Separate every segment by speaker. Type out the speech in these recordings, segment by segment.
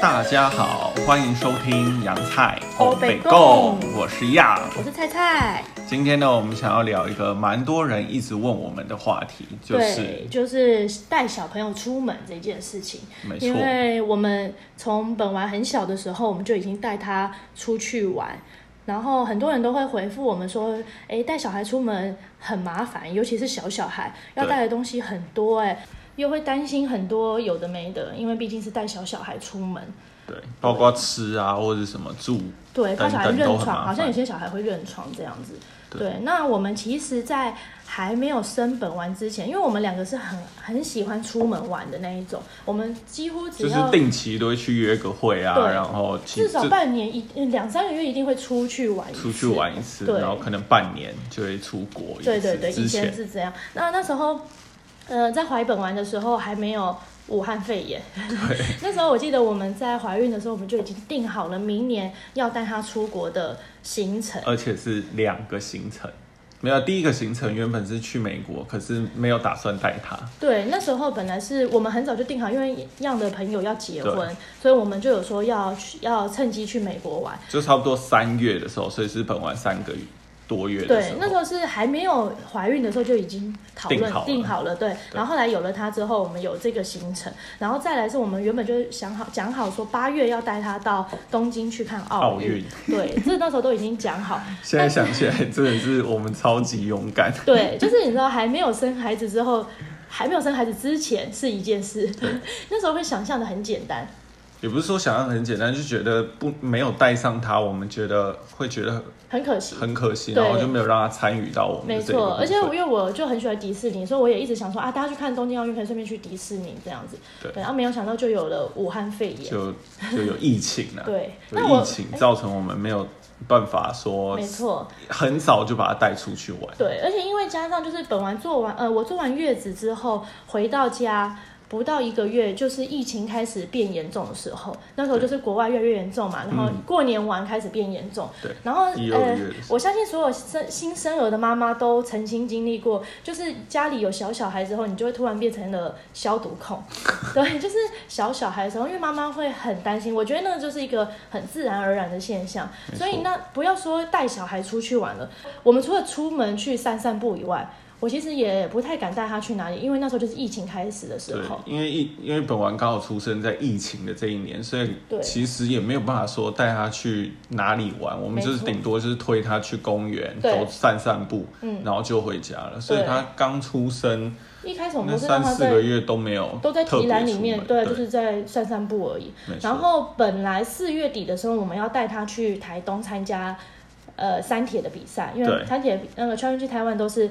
Speaker 1: 大家好，欢迎收听洋菜欧北
Speaker 2: 欧
Speaker 1: 共
Speaker 2: 北，
Speaker 1: 我是亚。
Speaker 2: 我是菜菜，
Speaker 1: 今天呢，我们想要聊一个蛮多人一直问我们的话题，就是
Speaker 2: 对，就是带小朋友出门这件事情，
Speaker 1: 没错
Speaker 2: 因，为我们从本娃很小的时候，我们就已经带他出去玩，然后很多人都会回复我们说，哎，带小孩出门很麻烦，尤其是小小孩要
Speaker 1: 对
Speaker 2: 带的东西很多、哎，又会担心很多有的没的，因为毕竟是带小小孩出门，
Speaker 1: 对，包括吃啊或者什么住，
Speaker 2: 对，
Speaker 1: 等
Speaker 2: 怕小孩
Speaker 1: 等
Speaker 2: 认
Speaker 1: 都很麻
Speaker 2: 床，好像
Speaker 1: 烦
Speaker 2: 有些小孩会认床这样子。
Speaker 1: 对
Speaker 2: 对，那我们其实，在还没有升本玩之前，因为我们两个是很很喜欢出门玩的那一种，我们几乎
Speaker 1: 就
Speaker 2: 只
Speaker 1: 是
Speaker 2: 要
Speaker 1: 定期都会去约个会啊，
Speaker 2: 啊对
Speaker 1: 然后其
Speaker 2: 至少
Speaker 1: 就
Speaker 2: 半年一嗯两三个月一定会出去玩一次。
Speaker 1: 出去玩一次，
Speaker 2: 对
Speaker 1: 然后可能半年就会出国一次。
Speaker 2: 对对对，以
Speaker 1: 之
Speaker 2: 前
Speaker 1: 前
Speaker 2: 是这样。那那时候，呃，在怀本玩的时候还没有武汉肺炎。 那时候我记得我们在怀孕的时候，我们就已经定好了明年要带她出国的行程。
Speaker 1: 而且是两个行程。没有，第一个行程原本是去美国，可是没有打算带他。
Speaker 2: 对，那时候本来是我们很早就定好，因为样的朋友要结
Speaker 1: 对
Speaker 2: 婚，所以我们就有说要去要趁机去美国玩。
Speaker 1: 就差不多三月的时候，所以是本完三个多月的时
Speaker 2: 对
Speaker 1: 候。，
Speaker 2: 那时候是还没有怀孕的时候就已经讨论
Speaker 1: 定好了
Speaker 2: 了，对。然后后来有了她之后，我们有这个行程，然后再来是我们原本就想好讲好说八月要带她到东京去看奥
Speaker 1: 奥
Speaker 2: 运
Speaker 1: 运，，
Speaker 2: 对，这那时候都已经讲好。
Speaker 1: 现在想起来真的是我们超级勇敢。
Speaker 2: 对，就是你知道，还没有生孩子之后，还没有生孩子之前是一件事， 那时候会想象的很简单，
Speaker 1: 也不是说想象很简单，就觉得不没有带上他，我们觉得会觉得
Speaker 2: 很可惜。
Speaker 1: 很可惜，
Speaker 2: 对
Speaker 1: 然后就没有让他参与到我们
Speaker 2: 没
Speaker 1: 的这个部
Speaker 2: 错，
Speaker 1: 分。
Speaker 2: 而且我因为我就很喜欢迪士尼，所以我也一直想说啊，大家去看东京奥运，可以顺便去迪士尼这样子。
Speaker 1: 对
Speaker 2: 然后没有想到就有了武汉肺炎。
Speaker 1: 就就有疫情了、
Speaker 2: 对，那
Speaker 1: 有
Speaker 2: 我
Speaker 1: 疫情造成我们没有办法说
Speaker 2: 没错，
Speaker 1: 很早就把他带出去玩。
Speaker 2: 对，而且因为加上就是本完做完，呃，我做完月子之后回到家。不到一个月，就是疫情开始变严重的时候，那时候就是国外越来越严重嘛，然后
Speaker 1: 嗯
Speaker 2: 过年完开始变严重，
Speaker 1: 对
Speaker 2: 然后
Speaker 1: 一二
Speaker 2: 呃
Speaker 1: 月的时候，
Speaker 2: 我相信所有生新生儿的妈妈都曾经经历过，就是家里有小小孩之后，你就会突然变成了消毒控， 对，就是小小孩的时候，因为妈妈会很担心，我觉得那个就是一个很自然而然的现象，
Speaker 1: 没错
Speaker 2: 所以那不要说带小孩出去玩了，我们除了出门去散散步以外，我其实也不太敢带他去哪里，因为那时候就是疫情开始的时
Speaker 1: 对
Speaker 2: 候，，
Speaker 1: 因为疫，因为本丸刚好出生在疫情的这一年，所以
Speaker 2: 对
Speaker 1: 其实也没有办法说带他去哪里玩，我们
Speaker 2: 没
Speaker 1: 就是
Speaker 2: 错
Speaker 1: 顶多就是推他去公园
Speaker 2: 对
Speaker 1: 走散散步，
Speaker 2: 嗯
Speaker 1: 然后就回家了。所以
Speaker 2: 对
Speaker 1: 他刚出生
Speaker 2: 一开始我们
Speaker 1: 那
Speaker 2: 都是
Speaker 1: 三
Speaker 2: 让他
Speaker 1: 四
Speaker 2: 在
Speaker 1: 个月都没有
Speaker 2: 都在
Speaker 1: 特
Speaker 2: 提
Speaker 1: 别
Speaker 2: 篮里
Speaker 1: 出
Speaker 2: 面，
Speaker 1: 门
Speaker 2: 对，
Speaker 1: 对，
Speaker 2: 就是在散散步而已。
Speaker 1: 没错
Speaker 2: 然后本来四月底的时候，我们要带他去台东参加呃三铁的比赛，因
Speaker 1: 对
Speaker 2: 为三铁那个穿越去台湾都是。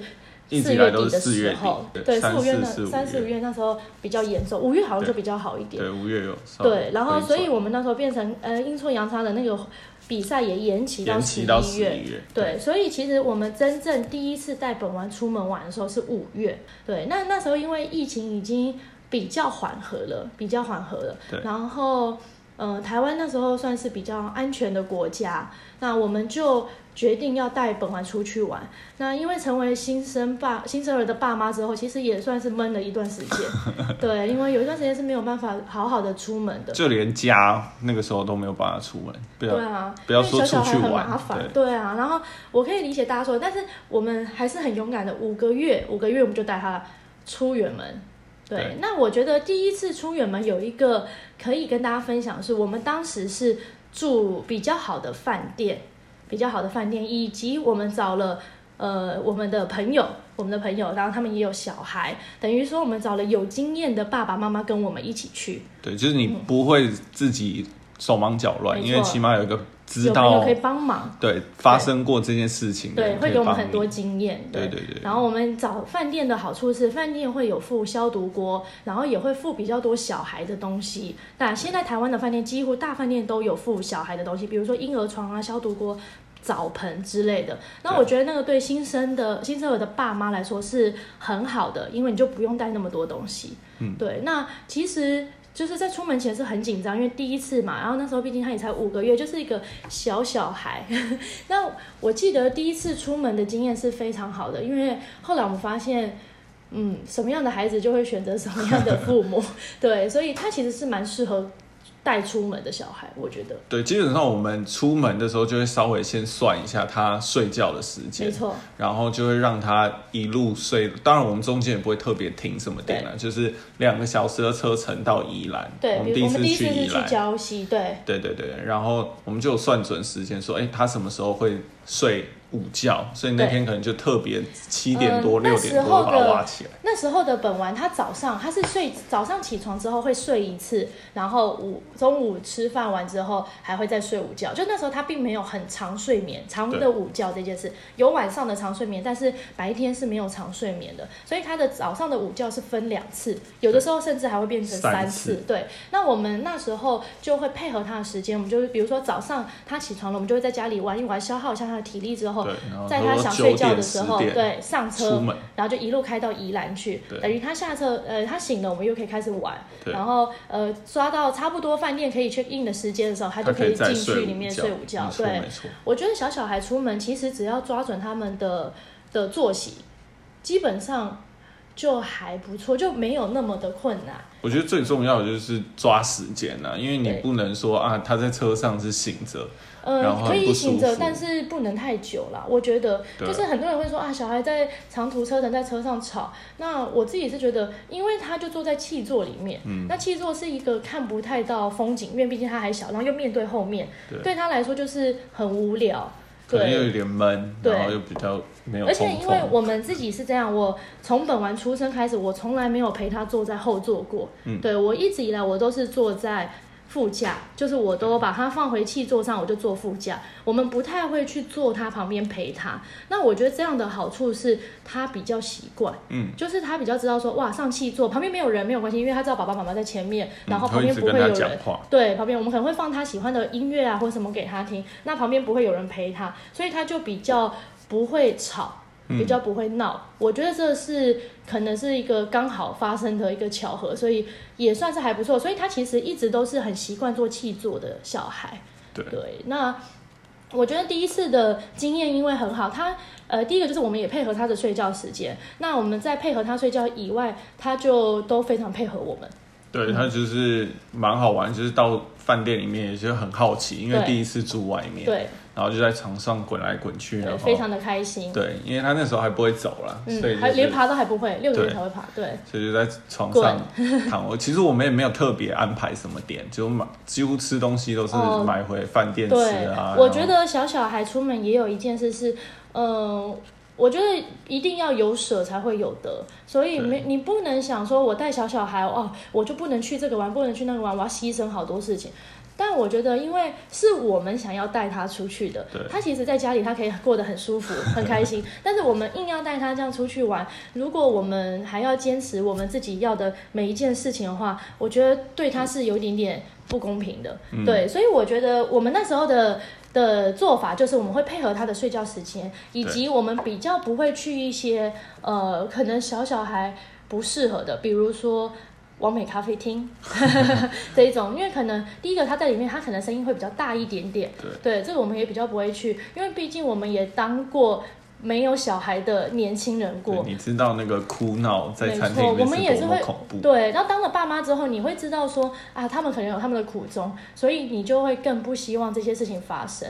Speaker 1: 一直
Speaker 2: 四
Speaker 1: 以来
Speaker 2: 月
Speaker 1: 都
Speaker 2: 底
Speaker 1: 是
Speaker 2: 的
Speaker 1: 四月
Speaker 2: 时
Speaker 1: 底
Speaker 2: 候，
Speaker 1: 对
Speaker 2: 对
Speaker 1: 三
Speaker 2: 四五月
Speaker 1: 四
Speaker 2: 那
Speaker 1: 四五
Speaker 2: 三四
Speaker 1: 月
Speaker 2: 五月那时候比较严重，五月好像
Speaker 1: 对
Speaker 2: 就比较好一点。
Speaker 1: 对五月有稍微
Speaker 2: 对，然后
Speaker 1: 回
Speaker 2: 所以
Speaker 1: 转
Speaker 2: 我们那时候变成呃阴错阳差的那个比赛也延期到
Speaker 1: 延
Speaker 2: 十
Speaker 1: 期到
Speaker 2: 一
Speaker 1: 十
Speaker 2: 月。
Speaker 1: 一月，
Speaker 2: 对，所以其实我们真正第一次带本丸出门玩的时候是五月，对，那那时候因为疫情已经比较缓和了，比较缓和了
Speaker 1: 对，
Speaker 2: 然后呃，台湾那时候算是比较安全的国家，那我们就决定要带本丸出去玩。那因为成为新生爸、新生儿的爸妈之后，其实也算是闷了一段时间， 对，因为有一段时间是没有办法好好的出门的，
Speaker 1: 就连家那个时候都没有办法出门，不要
Speaker 2: 对啊，
Speaker 1: 不要
Speaker 2: 因为
Speaker 1: 说
Speaker 2: 小
Speaker 1: 出
Speaker 2: 小
Speaker 1: 去
Speaker 2: 孩很
Speaker 1: 玩
Speaker 2: 麻烦，对啊。然后我可以理解大家说，但是我们还是很勇敢的，五个月，五个月我们就带他出远门。对，
Speaker 1: 对
Speaker 2: 那我觉得第一次出远门有一个可以跟大家分享的是，我们当时是住比较好的饭店，比较好的饭店，以及我们找了呃我们的朋友，我们的朋友，然后他们也有小孩，等于说我们找了有经验的爸爸妈妈跟我们一起去，
Speaker 1: 对，就是你不会自己手忙脚乱，
Speaker 2: 嗯没
Speaker 1: 因为
Speaker 2: 错
Speaker 1: 起码有一个知
Speaker 2: 有朋友
Speaker 1: 道
Speaker 2: 可以帮忙。
Speaker 1: 对发生过这件事情的
Speaker 2: 对，
Speaker 1: 人可
Speaker 2: 会
Speaker 1: 以
Speaker 2: 给我们
Speaker 1: 帮
Speaker 2: 很
Speaker 1: 你
Speaker 2: 多经验。
Speaker 1: 对对对
Speaker 2: 然后我们找饭店的好处是，饭店会有附消毒锅，然后也会附比较多小孩的东西。那现在台湾的饭店几乎大饭店都有附小孩的东西，比如说婴儿床啊、消毒锅、澡盆之类的。那我觉得那个对新生的新生儿的爸妈来说是很好的，因为你就不用带那么多东西。
Speaker 1: 嗯，
Speaker 2: 对。那其实。就是在出门前是很紧张，因为第一次嘛，然后那时候毕竟他也才五个月，就是一个小小孩。那我记得第一次出门的经验是非常好的，因为后来我们发现， 嗯，什么样的孩子就会选择什么样的父母，对，所以他其实是蛮适合带出门的小孩，我觉得
Speaker 1: 对，基本上我们出门的时候就会稍微先算一下他睡觉的时
Speaker 2: 没
Speaker 1: 间，
Speaker 2: 错，
Speaker 1: 然后就会让他一路睡。当然，我们中间也不会特别停什么点了，就是两个小时的车程到宜兰。
Speaker 2: 对，
Speaker 1: 我们第
Speaker 2: 比如
Speaker 1: 一
Speaker 2: 我们
Speaker 1: 次
Speaker 2: 第一次
Speaker 1: 去
Speaker 2: 是
Speaker 1: 宜
Speaker 2: 去
Speaker 1: 兰。
Speaker 2: 礁溪，对，
Speaker 1: 对对对，然后我们就有算准时间，说，哎，他什么时候会睡午觉？所以那
Speaker 2: 对
Speaker 1: 天可能就特别七点多、
Speaker 2: 嗯
Speaker 1: 六、
Speaker 2: 那时
Speaker 1: 点
Speaker 2: 候
Speaker 1: 多把他
Speaker 2: 的
Speaker 1: 挖起来。
Speaker 2: 那时候的本丸，他早上他是睡早上起床之后会睡一次，然后午中午吃饭完之后还会再睡午觉。就那时候他并没有很长睡眠，长
Speaker 1: 对
Speaker 2: 的午觉这件事有晚上的长睡眠，但是白天是没有长睡眠的，所以他的早上的午觉是分两次，有的时候甚至还会变成
Speaker 1: 三
Speaker 2: 三
Speaker 1: 次
Speaker 2: 次。对，那我们那时候就会配合他的时间，我们就是比如说早上他起床了，我们就会在家里玩一玩，消耗一下他的体力之后，
Speaker 1: 对，然后
Speaker 2: 在他
Speaker 1: 说
Speaker 2: 想睡
Speaker 1: 九
Speaker 2: 觉的
Speaker 1: 点、
Speaker 2: 时
Speaker 1: 十
Speaker 2: 候，
Speaker 1: 点
Speaker 2: 对，上
Speaker 1: 出
Speaker 2: 车，
Speaker 1: 门。
Speaker 2: 然后就一路开到宜兰去
Speaker 1: 对，
Speaker 2: 等于他下车，呃，他醒了，我们又可以开始玩，
Speaker 1: 对
Speaker 2: 然后呃，抓到差不多饭店可以 check in 的时间的时候，他
Speaker 1: 他
Speaker 2: 就
Speaker 1: 可
Speaker 2: 以
Speaker 1: 再
Speaker 2: 进去
Speaker 1: 午
Speaker 2: 里面睡午觉
Speaker 1: 没。错
Speaker 2: 对
Speaker 1: 没，错，
Speaker 2: 我觉得小小孩出门其实只要抓准他们的的作息，基本上就还不错，就没有那么的困难。
Speaker 1: 我觉得最重要的就是抓时间呐、因为你
Speaker 2: 对
Speaker 1: 不能说啊，他在车上是醒着，然后很
Speaker 2: 呃，可
Speaker 1: 不
Speaker 2: 以
Speaker 1: 舒
Speaker 2: 醒着
Speaker 1: 服，
Speaker 2: 但是不能太久啦。我觉得，
Speaker 1: 对
Speaker 2: 就是很多人会说啊，小孩在长途车程在车上吵。那我自己是觉得，因为他就坐在气座里面，
Speaker 1: 嗯
Speaker 2: 那气座是一个看不太到风景，因为毕竟他还小，然后又面对后面，
Speaker 1: 对
Speaker 2: 对他来说就是很无聊。
Speaker 1: 可能又
Speaker 2: 对，
Speaker 1: 有点闷，
Speaker 2: 对
Speaker 1: 然后又比较没有
Speaker 2: 而且
Speaker 1: 通
Speaker 2: 因为
Speaker 1: 风。
Speaker 2: 我们自己是这样，我从本丸出生开始，我从来没有陪他坐在后座过。
Speaker 1: 嗯
Speaker 2: 对我一直以来我都是坐在副驾，就是我都把他放回气座上，我就坐副驾。我们不太会去坐他旁边陪他。那我觉得这样的好处是他比较习惯，
Speaker 1: 嗯，
Speaker 2: 就是他比较知道说哇上气座旁边没有人没有关系，因为他知道爸爸妈妈在前面，然后
Speaker 1: 嗯
Speaker 2: 旁
Speaker 1: 会一
Speaker 2: 边
Speaker 1: 直
Speaker 2: 不
Speaker 1: 跟
Speaker 2: 会
Speaker 1: 他
Speaker 2: 有
Speaker 1: 讲
Speaker 2: 人。
Speaker 1: 话，
Speaker 2: 对，旁边我们可能会放他喜欢的音乐啊，或什么给他听。那旁边不会有人陪他，所以他就比较不会吵，嗯比较不会闹。我觉得这是可能是一个刚好发生的一个巧合，所以也算是还不错。所以他其实一直都是很习惯做气座的小孩。
Speaker 1: 对
Speaker 2: 对，那我觉得第一次的经验因为很好，他呃第一个就是我们也配合他的睡觉时间，那我们在配合他睡觉以外，他就都非常配合我们。
Speaker 1: 对他就是蛮好玩，就是到饭店里面也就很好奇，因为
Speaker 2: 对
Speaker 1: 第一次住外面，
Speaker 2: 对，
Speaker 1: 然后就在床上滚来滚去，
Speaker 2: 对
Speaker 1: 然
Speaker 2: 非
Speaker 1: 后
Speaker 2: 常的开心。
Speaker 1: 对，因为他那时候还不会走啦，所以
Speaker 2: 嗯，
Speaker 1: 就
Speaker 2: 还连
Speaker 1: 是
Speaker 2: 爬都还不会，六个
Speaker 1: 对
Speaker 2: 月才会爬。对，
Speaker 1: 所以就在床上 躺。我其实我们也没有特别安排什么点，就买几乎吃东西都是
Speaker 2: 哦
Speaker 1: 买回饭店吃
Speaker 2: 对
Speaker 1: 啊。，
Speaker 2: 我
Speaker 1: 然后
Speaker 2: 觉得小小孩出门也有一件事是，嗯。我觉得一定要有舍才会有得，所以
Speaker 1: 对
Speaker 2: 没你不能想说我带小小孩哦，我就不能去这个玩，不能去那个玩，我要牺牲好多事情。但我觉得，因为是我们想要带他出去的
Speaker 1: 对，
Speaker 2: 他其实在家里他可以过得很舒服、很开心。 但是我们硬要带他这样出去玩，如果我们还要坚持我们自己要的每一件事情的话，我觉得对他是有一点点不公平的。对，所以我觉得我们那时候的的做法就是我们会配合他的睡觉时间，以及我们比较不会去一些呃可能小小孩不适合的，比如说。完美咖啡厅这一种，因为可能第一个他在里面，他可能声音会比较大一点点，对，这个我们也比较不会去，因为毕竟我们也当过没有小孩的年轻人过
Speaker 1: 对，你知道那个哭闹在
Speaker 2: 没
Speaker 1: 餐
Speaker 2: 错
Speaker 1: 厅里
Speaker 2: 我们也
Speaker 1: 面
Speaker 2: 是
Speaker 1: 多
Speaker 2: 会
Speaker 1: 么恐怖。
Speaker 2: 对，然后当了爸妈之后，你会知道说啊，他们可能有他们的苦衷，所以你就会更不希望这些事情发生。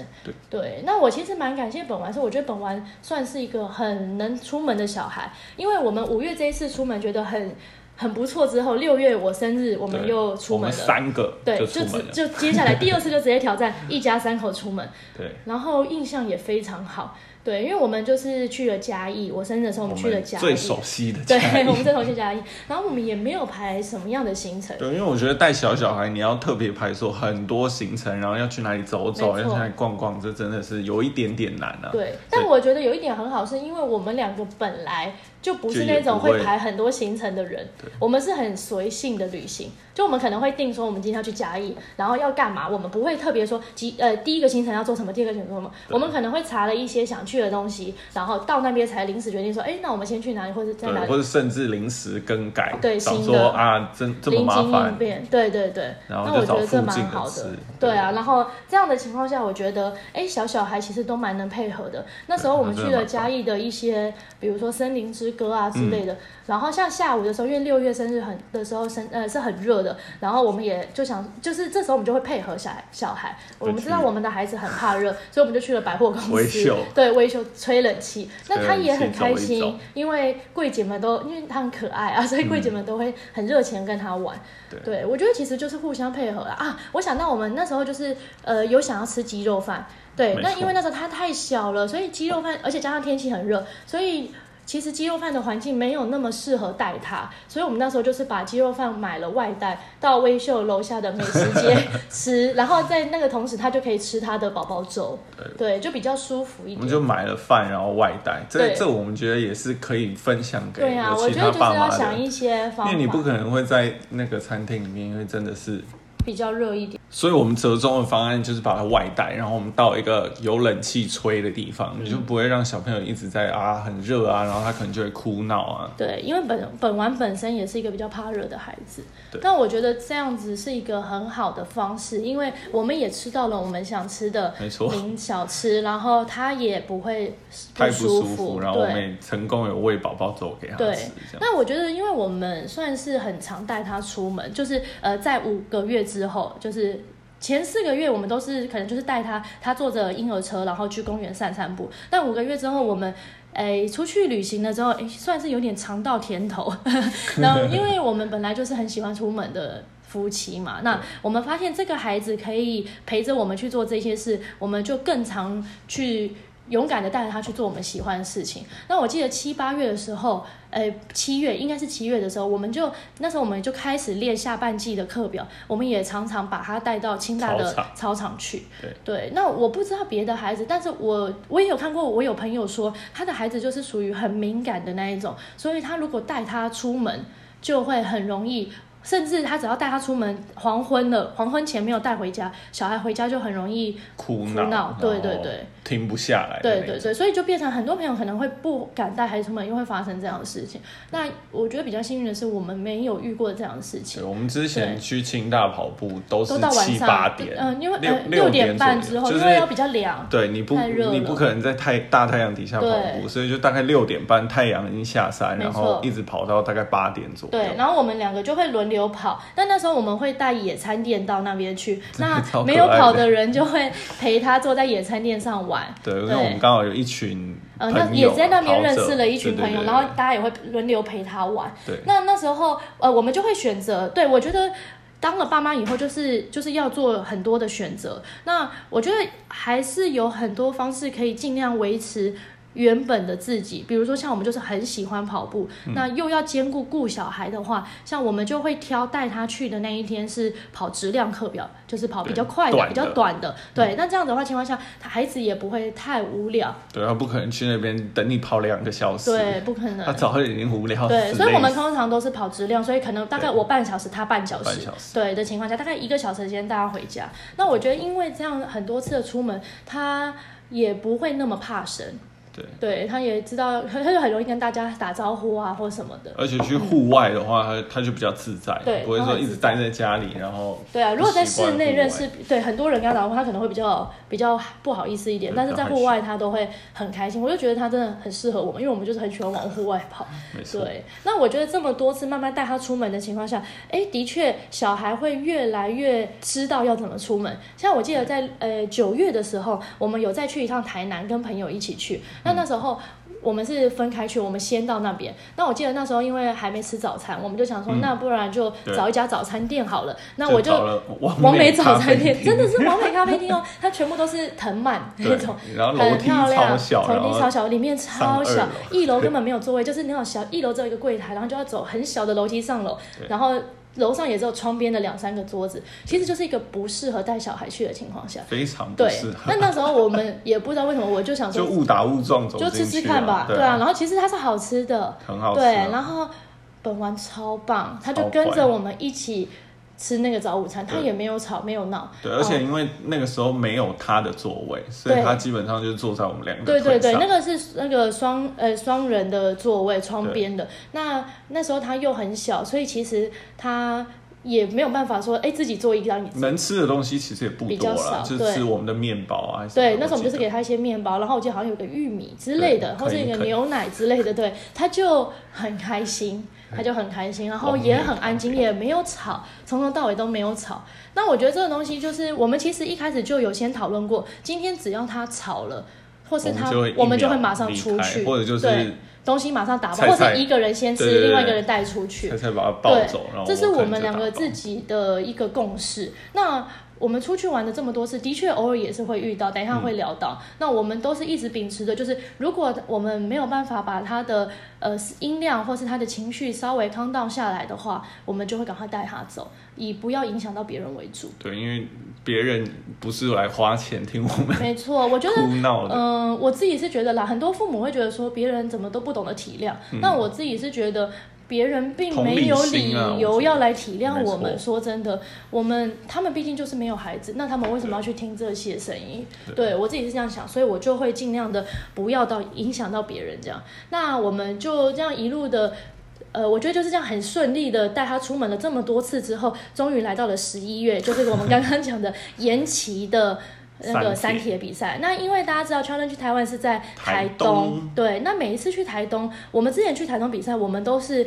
Speaker 1: 对
Speaker 2: 那我其实蛮感谢本丸，是我觉得本丸算是一个很能出门的小孩，因为我们五月这一次出门觉得很很不错，之后六月我生日我
Speaker 1: 我
Speaker 2: 们又出
Speaker 1: 我
Speaker 2: 门
Speaker 1: 们
Speaker 2: 了。
Speaker 1: 三个出
Speaker 2: 对，就
Speaker 1: 门
Speaker 2: 直
Speaker 1: 了。
Speaker 2: 就接下来第二次就直接挑战一家三口出门，
Speaker 1: 对，
Speaker 2: 然后印象也非常好。对，因为我们就是去了嘉义，我生日的时候
Speaker 1: 我
Speaker 2: 我们去了嘉义，
Speaker 1: 最熟悉的
Speaker 2: 对
Speaker 1: 家，里
Speaker 2: 我们在同学家里，然后我们也没有排什么样的行 程，
Speaker 1: 对，因为我觉得带小小孩，你要特别排说很多行程，然后要去哪里走走，
Speaker 2: 没
Speaker 1: 要
Speaker 2: 错
Speaker 1: 去哪里逛逛，这真的是有一点点难啊。
Speaker 2: 对。但我觉得有一点很好，是因为我们两个本来就不是那
Speaker 1: 就也不
Speaker 2: 种会
Speaker 1: 会
Speaker 2: 排很多行程的人，我们是很随性的旅行。就我们可能会定说我们今天要去嘉义，然后要干嘛，我们不会特别说几呃第一个行程要做什么，第二个行程做什么，我们可能会查了一些想去去的东西，然后到那边才临时决定说，哎，那我们先去哪里，或者在
Speaker 1: 对
Speaker 2: 哪，里
Speaker 1: 或者甚至临时更改，
Speaker 2: 对
Speaker 1: 想
Speaker 2: 新的
Speaker 1: 说啊，真这么
Speaker 2: 临
Speaker 1: 麻
Speaker 2: 机
Speaker 1: 烦
Speaker 2: 应，变，对对对。
Speaker 1: 然后
Speaker 2: 那
Speaker 1: 就
Speaker 2: 我觉
Speaker 1: 找
Speaker 2: 得
Speaker 1: 附
Speaker 2: 这
Speaker 1: 近
Speaker 2: 蛮
Speaker 1: 的
Speaker 2: 好
Speaker 1: 吃
Speaker 2: 的，对啊。然后这样的情况下，我觉得，哎，小小孩其实都蛮能配合的。那时候我们
Speaker 1: 那
Speaker 2: 去
Speaker 1: 真的
Speaker 2: 了
Speaker 1: 蛮
Speaker 2: 嘉义的一些，比如说森林之歌啊之类的。
Speaker 1: 嗯
Speaker 2: 然后像下午的时候，因为六月生日很的时候生呃是很热的，然后我们也就想，就是这时候我们就会配合小孩小孩。我们
Speaker 1: 去
Speaker 2: 知道我们的孩子很怕热，所以我们就去了百货公
Speaker 1: 维
Speaker 2: 司
Speaker 1: 修，
Speaker 2: 对，维修吹冷气。那
Speaker 1: 吹
Speaker 2: 他
Speaker 1: 冷
Speaker 2: 也
Speaker 1: 气
Speaker 2: 很开
Speaker 1: 走一
Speaker 2: 心，
Speaker 1: 走
Speaker 2: 因为柜姐们都因为她很可爱啊，所以柜姐们都会很热情地跟她玩。
Speaker 1: 对
Speaker 2: 对，我觉得其实就是互相配合啦啊！我想到我们那时候就是呃有想要吃鸡肉饭，对，
Speaker 1: 没
Speaker 2: 那
Speaker 1: 错
Speaker 2: 因为那时候它太小了，所以鸡肉饭，而且加上天气很热，所以。其实鸡肉饭的环境没有那么适合带它，所以我们那时候就是把鸡肉饭买了外带到微秀楼下的美食 街吃，然后在那个同时，他就可以吃他的宝宝粥，对，就比较舒服一
Speaker 1: 我们
Speaker 2: 点。
Speaker 1: 就买了饭，然后外带。这
Speaker 2: 对
Speaker 1: 这我们觉得也是可以分享给
Speaker 2: 对啊，
Speaker 1: 有
Speaker 2: 我
Speaker 1: 其
Speaker 2: 觉
Speaker 1: 他
Speaker 2: 得就是
Speaker 1: 爸
Speaker 2: 要
Speaker 1: 妈的
Speaker 2: 想
Speaker 1: 人，
Speaker 2: 一些方
Speaker 1: 因
Speaker 2: 法，
Speaker 1: 为你不可能会在那个餐厅里面，因为真的是。
Speaker 2: 比较热一点。
Speaker 1: 所以我们折中的方案就是把它外带，然后我们到一个有冷气吹的地方，
Speaker 2: 嗯
Speaker 1: 你就不会让小朋友一直在啊很热啊，然后他可能就会哭闹啊。
Speaker 2: 对，因为本本丸本身也是一个比较怕热的孩子
Speaker 1: 对，
Speaker 2: 但我觉得这样子是一个很好的方式，因为我们也吃到了我们想吃的
Speaker 1: 没错
Speaker 2: 零小吃，然后他也不会
Speaker 1: 太不
Speaker 2: 舒
Speaker 1: 舒服，然后我
Speaker 2: 对。
Speaker 1: 们也成功有喂宝宝粥给他
Speaker 2: 对
Speaker 1: 吃，这样
Speaker 2: 那我觉得，因为我们算是很常带他出门，就是呃，在五个月之后，就是前四个月我们都是可能就是带他，他坐着婴儿车，然后去公园散散步。但五个月之后，我们诶出去旅行了之后，诶算是有点尝到甜头。 然后，因为我们本来就是很喜欢出门的。夫妻嘛，那我们发现这个孩子可以陪着我们去做这些事，我们就更常去勇敢的带着他去做我们喜欢的事情。那我记得七八月的时候，呃，七月应该是七月的时候，我们就那时候我们就开始列下半季的课表，我们也常常把他带到清大的
Speaker 1: 操场
Speaker 2: 操场去。
Speaker 1: 对
Speaker 2: 那我不知道别的孩子，但是我我也有看过，我有朋友说他的孩子就是属于很敏感的那一种，所以他如果带他出门，就会很容易。甚至他只要带他出门，黄昏了，黄昏前没有带回家，小孩回家就很容易，
Speaker 1: 哭
Speaker 2: 哭
Speaker 1: 闹，
Speaker 2: 闹对对
Speaker 1: 然后
Speaker 2: 对
Speaker 1: 停不下来的那
Speaker 2: 对
Speaker 1: 种。
Speaker 2: 对对，所以就变成很多朋友可能会不敢带孩子出门，因为会发生这样的事情。那我觉得比较幸运的是，我们没有遇过这样的事情
Speaker 1: 对，。我们之前
Speaker 2: 对
Speaker 1: 去清大跑步都是
Speaker 2: 都到晚
Speaker 1: 七八
Speaker 2: 上，
Speaker 1: 点，
Speaker 2: 嗯、因为
Speaker 1: 六
Speaker 2: 呃
Speaker 1: 六
Speaker 2: 点半
Speaker 1: 左
Speaker 2: 之
Speaker 1: 右
Speaker 2: 后，
Speaker 1: 就
Speaker 2: 因为
Speaker 1: 是
Speaker 2: 要比较凉，
Speaker 1: 对，你不
Speaker 2: 太热
Speaker 1: 你不
Speaker 2: 了
Speaker 1: 可能在太大太阳底下跑步，
Speaker 2: 对
Speaker 1: 所以就大概六点半太阳已经下山，
Speaker 2: 没
Speaker 1: 然后
Speaker 2: 错
Speaker 1: 一直跑到大概八点左右。
Speaker 2: 对，然后我们两个就会轮流跑，但那时候我们会带野餐垫到那边 去，那
Speaker 1: 超可
Speaker 2: 没有
Speaker 1: 爱
Speaker 2: 跑
Speaker 1: 的
Speaker 2: 的人就会陪他坐在野餐垫上玩。
Speaker 1: 对，因为
Speaker 2: 对
Speaker 1: 我们刚好有一群
Speaker 2: 呃，
Speaker 1: 朋
Speaker 2: 那
Speaker 1: 友啊
Speaker 2: 也在那边认识了一群
Speaker 1: 跑者
Speaker 2: 朋友，
Speaker 1: 对对对
Speaker 2: 然后大家也会轮流陪他玩。
Speaker 1: 对
Speaker 2: 那那时候呃，我们就会选择，对我觉得。当了爸妈以后，就是就是要做很多的选择。那我觉得还是有很多方式可以尽量维持原本的自己，比如说像我们就是很喜欢跑步，
Speaker 1: 嗯
Speaker 2: 那又要兼顾顾小孩的话，像我们就会挑带他去的那一天是跑质量课表，就是跑比较
Speaker 1: 对
Speaker 2: 快的、
Speaker 1: 短
Speaker 2: 比较
Speaker 1: 的嗯
Speaker 2: 短的。对，那这样子的话情况下，他孩子也不会太无聊，
Speaker 1: 对，他不可能去那边等你跑两个小时，
Speaker 2: 对，，不可
Speaker 1: 他
Speaker 2: 能。
Speaker 1: 早就已经无聊死哦累
Speaker 2: 对，
Speaker 1: 死，
Speaker 2: 所以我们通常都是跑质量，所以可能大概
Speaker 1: 对
Speaker 2: 我半小时，他半小时，
Speaker 1: 半小时
Speaker 2: 对的情况下，大概一个小时的时间带他回家。那我觉得，因为这样很多次的出门，他也不会那么怕生，
Speaker 1: 对。
Speaker 2: 对，他也知道，他他就很容易跟大家打招呼啊，或什么的。
Speaker 1: 而且去户外的话，他他就比较自在，
Speaker 2: 对
Speaker 1: 不会
Speaker 2: 他
Speaker 1: 说
Speaker 2: 很
Speaker 1: 一直
Speaker 2: 自在
Speaker 1: 待在家里，然后
Speaker 2: 对啊，如果在
Speaker 1: 习惯
Speaker 2: 室内
Speaker 1: 户
Speaker 2: 认
Speaker 1: 外
Speaker 2: 识，对很多人跟他打招呼，他可能会比较比较不好意思一点，
Speaker 1: 对
Speaker 2: 但是在
Speaker 1: 比较害
Speaker 2: 户外他都会很开心。我就觉得他真的很适合我们，因为我们就是很喜欢往户外跑。
Speaker 1: 没错，
Speaker 2: 对，那我觉得这么多次慢慢带他出门的情况下，哎，的确小孩会越来越知道要怎么出门。像我记得在呃九月的时候，我们有再去一趟台南，跟朋友一起去。那那时候。我们是分开去，我们先到那边。那我记得那时候因为还没吃早餐，我们就想说，那不然就
Speaker 1: 对
Speaker 2: 找一家早餐店好了。那我就
Speaker 1: 找了
Speaker 2: 完
Speaker 1: 完
Speaker 2: 美
Speaker 1: 美
Speaker 2: 早餐店，真
Speaker 1: 的
Speaker 2: 的是完美咖啡厅哦，它全部都是藤蔓那
Speaker 1: 对
Speaker 2: 种，，
Speaker 1: 然后楼
Speaker 2: 很
Speaker 1: 梯
Speaker 2: 漂
Speaker 1: 超
Speaker 2: 亮，
Speaker 1: 小，然
Speaker 2: 楼梯超
Speaker 1: 后
Speaker 2: 小，里面超
Speaker 1: 上二
Speaker 2: 小
Speaker 1: 楼，
Speaker 2: 一楼根本没有座位，就是那种小一楼只有一个柜台，然后就要走很小的楼梯上楼，
Speaker 1: 对
Speaker 2: 然后楼上也只有窗边的两三个桌子，其实就是一个不适合带小孩去的情况下。
Speaker 1: 非常不
Speaker 2: 对
Speaker 1: 适，合，
Speaker 2: 那那时候我们也不知道为什么，我就想
Speaker 1: 就
Speaker 2: 说
Speaker 1: 误打误撞走
Speaker 2: 就
Speaker 1: 进
Speaker 2: 吃吃
Speaker 1: 去
Speaker 2: 看吧，
Speaker 1: 对
Speaker 2: 对啊，，然后其实它是好吃的，
Speaker 1: 很好吃啊，
Speaker 2: 对，然后本丸超棒，他就
Speaker 1: 超
Speaker 2: 跟
Speaker 1: 乖
Speaker 2: 着我们一起吃那个早午餐，他
Speaker 1: 对
Speaker 2: 也没有吵，没有闹。
Speaker 1: 对，而且因为那个时候没有他的座位，所以
Speaker 2: 哦对
Speaker 1: 他基本上就是坐在我们两个
Speaker 2: 对
Speaker 1: 腿
Speaker 2: 对对，
Speaker 1: 上
Speaker 2: 那个是那个双呃双人的座位，窗边的。那那时候他又很小，所以其实他也没有办法说，哎，自己做一张椅子。
Speaker 1: 能吃的东西其实也不
Speaker 2: 比
Speaker 1: 多
Speaker 2: 较
Speaker 1: 了，
Speaker 2: 少
Speaker 1: 就
Speaker 2: 对
Speaker 1: 是吃我们的面包啊。还是什么
Speaker 2: 对，
Speaker 1: 的
Speaker 2: 那时候我们就是
Speaker 1: 记得
Speaker 2: 给他一些面包，然后我记得好像有个玉米之类的，
Speaker 1: 对
Speaker 2: 或者一个
Speaker 1: 啃一啃
Speaker 2: 牛奶之类的，对，他就很开心，他就很开心，然后也很安静，也没有吵，从头到尾都没有吵。那我觉得这个东西就是我们其实一开始就有先讨论过，今天只要他吵了，或是他
Speaker 1: 我们就会一秒
Speaker 2: 我们就会马上出
Speaker 1: 离
Speaker 2: 去，
Speaker 1: 开或者就是
Speaker 2: 对东西马上打包，
Speaker 1: 菜
Speaker 2: 或
Speaker 1: 菜
Speaker 2: 者一个人先吃，
Speaker 1: 对对对
Speaker 2: 另外一个人带出去
Speaker 1: 才。才把他抱
Speaker 2: 对，
Speaker 1: 走，然后
Speaker 2: 这是
Speaker 1: 我
Speaker 2: 我
Speaker 1: 可能
Speaker 2: 们
Speaker 1: 就
Speaker 2: 两个
Speaker 1: 打包
Speaker 2: 自己的一个共识。那我们出去玩的这么多次，的确偶尔也是会遇到，等一下会聊到。
Speaker 1: 嗯
Speaker 2: 那我们都是一直秉持的，就是如果我们没有办法把他的呃音量或是他的情绪稍微 calm down 下来的话，我们就会赶快带他走，以不要影响到别人为主。
Speaker 1: 对，因为别人不是来花钱听我们
Speaker 2: 没错，我觉得
Speaker 1: 哭闹的，
Speaker 2: 嗯、我自己是觉得啦，很多父母会觉得说别人怎么都不懂得体谅，那我自己是觉得。别人并
Speaker 1: 同
Speaker 2: 没
Speaker 1: 理
Speaker 2: 有理
Speaker 1: 心啊我觉
Speaker 2: 由
Speaker 1: 得
Speaker 2: 要来体谅
Speaker 1: 没
Speaker 2: 啊我们。
Speaker 1: 错
Speaker 2: 说真的，我们他们毕竟就是没有孩子，那他们为什么要去听这些声音？对我自己是这样想，所以我就会尽量的不要到影响到别人这样。那我们就这样一路的。呃，我觉得就是这样很顺利的带他出门了这么多次之后，终于来到了十一月，就是我们刚刚讲的延期的嗯那个
Speaker 1: 三
Speaker 2: 三
Speaker 1: 铁
Speaker 2: 铁比赛。那因为大家知道 Challenge 台湾是在
Speaker 1: 台
Speaker 2: 东，
Speaker 1: 东
Speaker 2: 对。那每一次去台东，我们之前去台东比赛，我们都是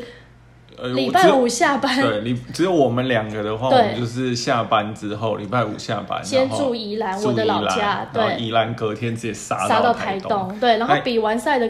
Speaker 1: 呃，
Speaker 2: 礼
Speaker 1: 我
Speaker 2: 拜
Speaker 1: 只
Speaker 2: 五下 班
Speaker 1: 对，你只有我们两个的话，我
Speaker 2: 对
Speaker 1: 们就是下班之后，礼拜五下班，
Speaker 2: 先
Speaker 1: 然后
Speaker 2: 住宜兰，
Speaker 1: 住
Speaker 2: 我的老
Speaker 1: 宜兰
Speaker 2: 家，
Speaker 1: 然后
Speaker 2: 对，
Speaker 1: 宜兰隔天直接杀
Speaker 2: 杀到
Speaker 1: 台哎
Speaker 2: 台，东，对。然后
Speaker 1: 那
Speaker 2: 比完赛的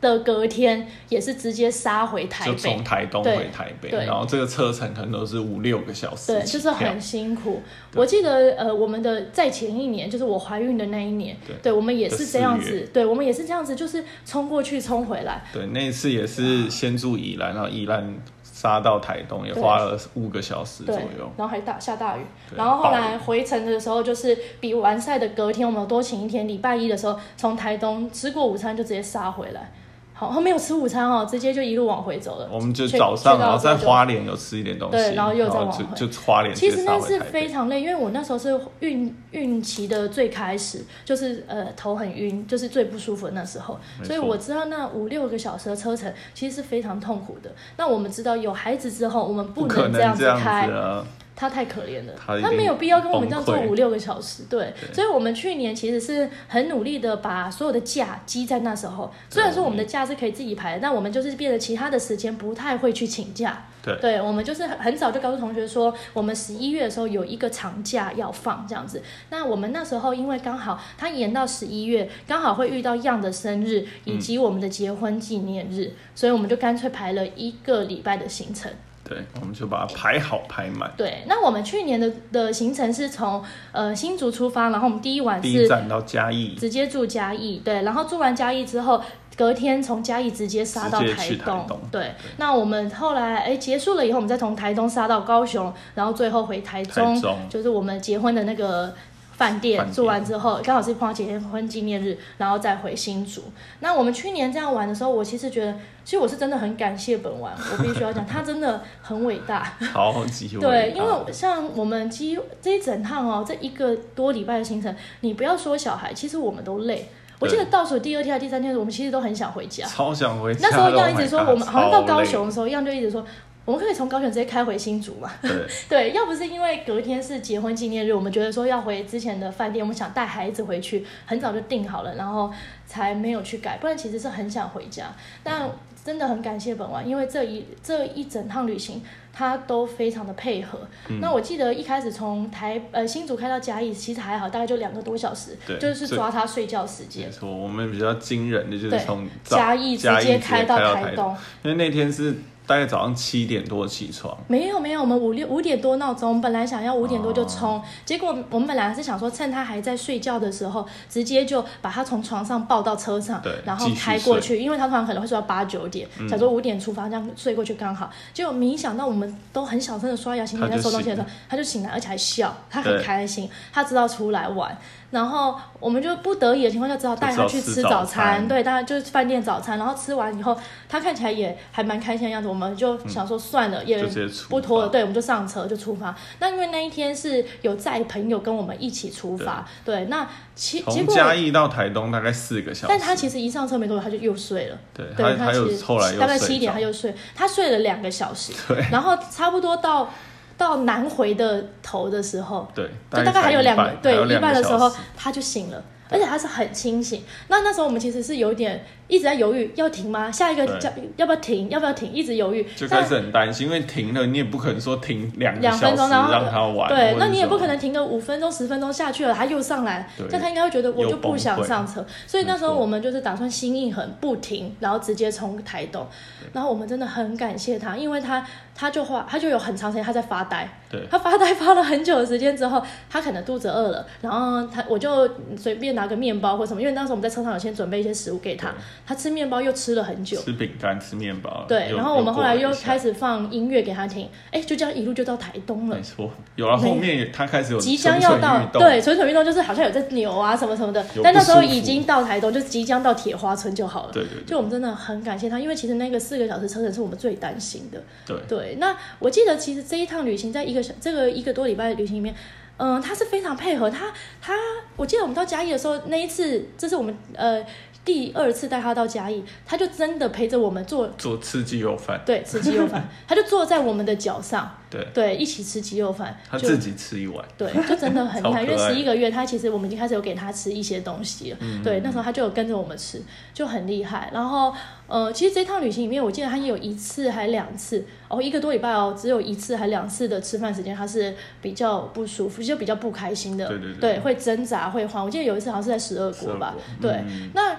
Speaker 2: 的隔天也是直接杀回台
Speaker 1: 就
Speaker 2: 北
Speaker 1: 从，台东
Speaker 2: 对
Speaker 1: 回台北，
Speaker 2: 对
Speaker 1: 然后这个车程可能都是五六个小时，
Speaker 2: 对，就是很。辛苦。我记得呃，我们的在前一年，就是我怀孕的那一年，
Speaker 1: 对
Speaker 2: 我们也
Speaker 1: 的
Speaker 2: 是
Speaker 1: 四
Speaker 2: 这样
Speaker 1: 月
Speaker 2: 子，对我们也是这样子，就是冲过去冲回来，
Speaker 1: 对，那一次也是先住宜兰，然后宜兰杀到台东，也
Speaker 2: 对
Speaker 1: 花了五个小时
Speaker 2: 对
Speaker 1: 左右，。
Speaker 2: 然后还大下大雨，
Speaker 1: 对
Speaker 2: 然后后
Speaker 1: 暴
Speaker 2: 来回程的时候，就是比完赛的隔天，我们有多请一天，礼拜一的时候从台东吃过午餐就直接杀回来。好，后面有吃午餐哦，直接就一路往回走了。
Speaker 1: 我们就
Speaker 2: 去
Speaker 1: 早上，
Speaker 2: 去到
Speaker 1: 然后在
Speaker 2: 高雄
Speaker 1: 花莲有吃一点东西，
Speaker 2: 对然后又再往回
Speaker 1: 就就花莲
Speaker 2: 其
Speaker 1: 直
Speaker 2: 实
Speaker 1: 接
Speaker 2: 那
Speaker 1: 杀回
Speaker 2: 是
Speaker 1: 台
Speaker 2: 非
Speaker 1: 北。
Speaker 2: 常累，因为我那时候是孕孕期的最开始，就是呃头很晕，就是最不舒服的那时候，
Speaker 1: 没错
Speaker 2: 所以我知道那五六个小时的车程其实是非常痛苦的。那我们知道有孩子之后，我们不
Speaker 1: 不可
Speaker 2: 能
Speaker 1: 能
Speaker 2: 这样
Speaker 1: 这
Speaker 2: 子
Speaker 1: 样
Speaker 2: 开，
Speaker 1: 子啊！
Speaker 2: 他太可怜了，
Speaker 1: 他一定
Speaker 2: 他没有必要跟我们这样做
Speaker 1: 崩溃
Speaker 2: 五六个小时，对，所以我们去年其实是很努力的把所有的假积在那时候，虽然说我们的
Speaker 1: 嗯
Speaker 2: 假是可以自己排的，但我们就是变得其他的时间不太会去请假，
Speaker 1: 对
Speaker 2: 我们就是很早就告诉同学说，我们十一月的时候有一个长假要放这样子，那我们那时候因为刚好他延到十一月，刚好会遇到样的生日以及我们的结婚纪念日，所以我们就干脆排了一个礼拜的行程。
Speaker 1: 对，我们就把它排好排满，
Speaker 2: 对，那我们去年的的行程是从呃新竹出发，然后我们第一晚
Speaker 1: 第一
Speaker 2: 是
Speaker 1: 站到嘉义，
Speaker 2: 直接住嘉义，对，然后住完嘉义之后，隔天从嘉义直接杀到
Speaker 1: 直接
Speaker 2: 台
Speaker 1: 去台
Speaker 2: 东，
Speaker 1: 东
Speaker 2: 对。那我们后来哎结束了以后，我们再从台东杀到高雄，然后最后回台中，
Speaker 1: 台中
Speaker 2: 就是我们结婚的那个。饭店
Speaker 1: 饭店
Speaker 2: 住完之后，刚好是碰到结婚纪念日，然后再回新竹。那我们去年这样玩的时候，我其实觉得，其实我是真的很感谢本丸，我必须要讲，他真的很伟大。
Speaker 1: 超级伟
Speaker 2: 对，
Speaker 1: 大
Speaker 2: 因为像我们几这一整趟哦，这一个多礼拜的行程，你不要说小孩，其实我们都累。我记得倒数第二天、还是第三天，我们其实都很想回 家。
Speaker 1: 超想回家
Speaker 2: 那
Speaker 1: 的。
Speaker 2: 时候样一直说，
Speaker 1: Oh my
Speaker 2: 我们
Speaker 1: God，
Speaker 2: 好像到
Speaker 1: 超
Speaker 2: 高
Speaker 1: 累，
Speaker 2: 雄的时候，样就一直说，我们可以从高雄直接开回新竹嘛？
Speaker 1: 对，
Speaker 2: 对，要不是因为隔天是结婚纪念日，我们觉得说要回之前的饭店，我们想带孩子回去，很早就订好了，然后才没有去改，不然其实是很想回家。但真的很感谢本丸，因为这一这一整趟旅行，他都非常的配合。
Speaker 1: 嗯
Speaker 2: 那我记得一开始从台呃新竹开到嘉义，其实还好，大概就两个多小时
Speaker 1: 对，
Speaker 2: 就是
Speaker 1: 所以
Speaker 2: 抓他睡觉时间
Speaker 1: 没。错，我们比较惊人的就是
Speaker 2: 对
Speaker 1: 从早
Speaker 2: 嘉义直接开到
Speaker 1: 到
Speaker 2: 台东，
Speaker 1: 因为那天是大概早上七点多起床，
Speaker 2: 没有没有，我们五六五点多闹钟，本来想要五点多就冲，结果我们本来是想说趁他还在睡觉的时候，直接就把他从床上抱到车上
Speaker 1: 对，
Speaker 2: 然后
Speaker 1: 继续
Speaker 2: 开过去，因为他通常可能会睡到八九点，想说五点出发这样睡过去刚好。结果没想到我们都很小声的刷牙、洗脸、
Speaker 1: 他
Speaker 2: 在
Speaker 1: 就
Speaker 2: 收东西的时
Speaker 1: 醒
Speaker 2: 候，他就醒来，而且还笑，他很
Speaker 1: 对
Speaker 2: 开心，他知道出来玩。然后我们就不得已的情况下，只好带他去
Speaker 1: 就
Speaker 2: 吃
Speaker 1: 知道吃早
Speaker 2: 早餐，
Speaker 1: 餐
Speaker 2: 对，大家就是饭店早餐。然后吃完以后，他看起来也还蛮开心的样子，我们们就想说算了，也
Speaker 1: 嗯就直接出
Speaker 2: 不拖了，
Speaker 1: 发
Speaker 2: 对，我们就上车就出发。那因为那一天是有载朋友跟我们一起出发，对，那其结
Speaker 1: 从
Speaker 2: 果。
Speaker 1: 嘉义到台东大概四个小时，
Speaker 2: 但他其实一上车没多久，他就又睡了。
Speaker 1: 对他
Speaker 2: 对他
Speaker 1: 他
Speaker 2: 其
Speaker 1: 有
Speaker 2: 实
Speaker 1: 后来又
Speaker 2: 大概
Speaker 1: 睡
Speaker 2: 七点
Speaker 1: 着
Speaker 2: 他就睡，他睡了两个小时，
Speaker 1: 对
Speaker 2: 然后差不多到到南回的头的时候，
Speaker 1: 对，
Speaker 2: 就大概还有两
Speaker 1: 个
Speaker 2: 个对一半的时候
Speaker 1: 小时，
Speaker 2: 他就醒了。而且他是很清醒，那那时候我们其实是有点一直在犹豫，要停吗？下一个
Speaker 1: 对
Speaker 2: 叫要不要停？要不要停？一直犹豫，
Speaker 1: 就
Speaker 2: 但
Speaker 1: 开始很担心，因为停了你也不可能说停两个
Speaker 2: 两
Speaker 1: 小
Speaker 2: 分
Speaker 1: 时
Speaker 2: 钟，然后
Speaker 1: 让他玩，或
Speaker 2: 对，
Speaker 1: 者
Speaker 2: 那你也
Speaker 1: 什么
Speaker 2: 不可能停个五分钟、十分钟下去了，他又上来
Speaker 1: 对，
Speaker 2: 那他应该会觉得我
Speaker 1: 又
Speaker 2: 就不想
Speaker 1: 崩溃
Speaker 2: 上车，所以那时候
Speaker 1: 没错
Speaker 2: 我们就是打算心硬很不停，然后直接冲台东，然后我们真的很感谢他，因为他他就花他就有很长时间他在发呆，
Speaker 1: 对
Speaker 2: 他发呆发了很久的时间之后，他可能肚子饿了，然后他我就随便拿个面包或什么，因为当时我们在车上有先准备一些食物给他
Speaker 1: 对，
Speaker 2: 他吃面包又吃了很久。
Speaker 1: 吃饼干吃面包，
Speaker 2: 对，
Speaker 1: 又
Speaker 2: 然后我们后来又开
Speaker 1: 始。
Speaker 2: 始放音乐给他听，哎，就这样一路就到台东了
Speaker 1: 没。错，有了
Speaker 2: 没
Speaker 1: 后面也他开始有
Speaker 2: 嗯即将
Speaker 1: 蠢
Speaker 2: 要
Speaker 1: 蠢
Speaker 2: 到
Speaker 1: 欲，动
Speaker 2: 对，蠢蠢欲动就是好像有在扭啊什么什么的
Speaker 1: 有，
Speaker 2: 但那
Speaker 1: 不
Speaker 2: 时候
Speaker 1: 舒服
Speaker 2: 已经到台东，就即将到铁花村就好了。
Speaker 1: 对对对
Speaker 2: 就我们真的很感谢他，因为其实那个四个小时车程是我们最担心的。
Speaker 1: 对
Speaker 2: 对，那我记得其实这一趟旅行，在一个小这个一个多礼拜的旅行里面，嗯、他是非常配合他。他我记得我们到嘉义的时候，那一次这是我们呃第二次带他到嘉义，他就真的陪着我们坐
Speaker 1: 做吃鸡肉饭，
Speaker 2: 对吃鸡肉 饭，他就坐在我们的脚上，
Speaker 1: 对
Speaker 2: 对，一起吃鸡肉饭。
Speaker 1: 他
Speaker 2: 就
Speaker 1: 自己吃一碗，
Speaker 2: 对，就真的很厉害，
Speaker 1: 超
Speaker 2: 因
Speaker 1: 可爱
Speaker 2: 为十一个月，他其实我们已经开始有给他吃一些东西了。
Speaker 1: 嗯
Speaker 2: 对，那时候他就有跟着我们吃，就很厉害。然后，呃，其实这趟旅行里面，我记得他有一次还两次，哦，一个多礼拜哦，只有一次还两次的吃饭时间，他是比较不舒服，就比较不开心的，
Speaker 1: 对对对
Speaker 2: 会挣扎，会慌。我记得有一次好像是在十二国吧，
Speaker 1: 12国
Speaker 2: 对，
Speaker 1: 嗯
Speaker 2: 那。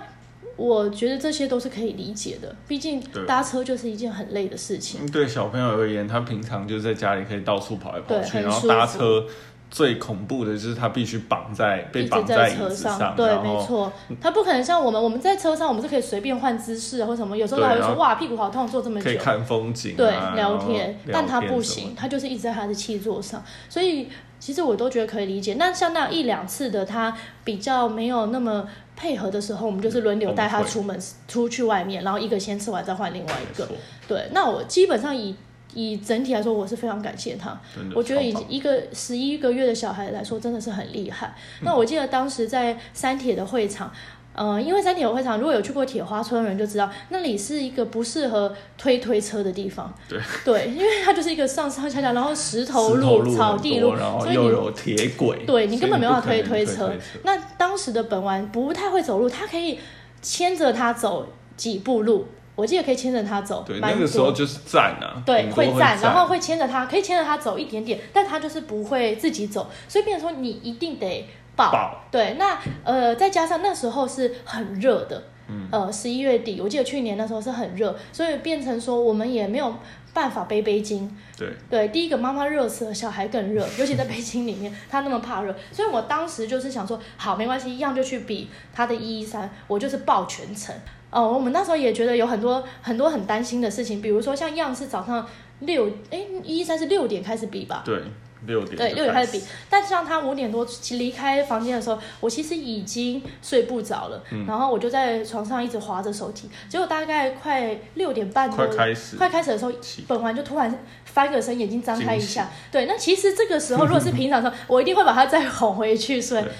Speaker 2: 我觉得这些都是可以理解的，毕竟
Speaker 1: 对
Speaker 2: 搭车就是一件很累的事情。
Speaker 1: 对小朋友而言，他平常就在家里可以到处跑来跑
Speaker 2: 对
Speaker 1: 去，
Speaker 2: 很
Speaker 1: 然后
Speaker 2: 舒
Speaker 1: 搭
Speaker 2: 服
Speaker 1: 车最恐怖的就是他必须绑在被
Speaker 2: 一直
Speaker 1: 绑
Speaker 2: 在
Speaker 1: 椅
Speaker 2: 车
Speaker 1: 子上，
Speaker 2: 对，
Speaker 1: 然
Speaker 2: 没
Speaker 1: 后嗯
Speaker 2: 错，他不可能像我们，我们在车上我们是可以随便换姿势啊或什么，有时候
Speaker 1: 对
Speaker 2: 他会
Speaker 1: 然
Speaker 2: 说
Speaker 1: 后
Speaker 2: 哇屁股好痛，坐这么久
Speaker 1: 可以，看风景啊，
Speaker 2: 对，
Speaker 1: 然
Speaker 2: 聊
Speaker 1: 后
Speaker 2: 天，但他不
Speaker 1: 什么
Speaker 2: 行，
Speaker 1: 的，
Speaker 2: 他就是一直在他的气座上，所以其实我都觉得可以理解。那像那一两次的他比较没有那么配合的时候，我们就是轮流
Speaker 1: 嗯我们
Speaker 2: 带他
Speaker 1: 会
Speaker 2: 出门出去外面，然后一个先吃完再换另外一
Speaker 1: 没
Speaker 2: 个
Speaker 1: 错。
Speaker 2: 对，那我基本上以以整体来说，我是非常感谢他。
Speaker 1: 真的
Speaker 2: 我觉得
Speaker 1: 超
Speaker 2: 以
Speaker 1: 棒
Speaker 2: 一个十一个月的小孩来说，真的是很厉害。那我记得当时在三铁的会场。呃，因为三铁的会场，如果有去过铁花村的人就知道，那里是一个不适合推推车的地方。
Speaker 1: 对
Speaker 2: 对，因为它就是一个上上下下，然后石头
Speaker 1: 石头
Speaker 2: 路、草
Speaker 1: 很
Speaker 2: 地
Speaker 1: 多
Speaker 2: 路，
Speaker 1: 然后
Speaker 2: 所以
Speaker 1: 又
Speaker 2: 你
Speaker 1: 有铁轨，
Speaker 2: 对你
Speaker 1: 所
Speaker 2: 根
Speaker 1: 以
Speaker 2: 本没办法
Speaker 1: 不可能
Speaker 2: 推
Speaker 1: 推
Speaker 2: 车
Speaker 1: 车，
Speaker 2: 那当时的本丸不太会走路，他可以牵着他走几步路，我记得可以牵着他走，
Speaker 1: 对，
Speaker 2: 蛮
Speaker 1: 那个时
Speaker 2: 多
Speaker 1: 候就是站啊，
Speaker 2: 对
Speaker 1: 顶，多
Speaker 2: 会
Speaker 1: 会
Speaker 2: 站，然后会牵着他，可以牵着他走一点点，但他就是不会自己走，所以变成说你一定得抱。
Speaker 1: 抱
Speaker 2: 对，那呃，再加上那时候是很热的，嗯，呃，十一月底，我记得去年那时候是很热，所以变成说我们也没有办法背背巾，
Speaker 1: 对，
Speaker 2: 对，第一个妈妈热死了，小孩更热， 尤其在北京里面，他那么怕热，所以我当时就是想说，好，没关系，一样就去比他的一一三，我就是报全程。哦，我们那时候也觉得有很多很多很担心的事情，比如说像样是早上六，哎，一一三是六点开始比吧？
Speaker 1: 对，六点
Speaker 2: 对，
Speaker 1: 就
Speaker 2: 六点开始
Speaker 1: 始
Speaker 2: 比，但像他五点多离开房间的时候，我其实已经睡不着了，
Speaker 1: 嗯
Speaker 2: 然后我就在床上一直划着手机，结果大概快六点半多
Speaker 1: 快开始
Speaker 2: 快开始的时候
Speaker 1: 起，
Speaker 2: 本丸就突然翻个身，眼睛张开一
Speaker 1: 惊
Speaker 2: 下。对，那其实这个时候如果是平常的时候，我一定会把他再哄回去睡
Speaker 1: 对，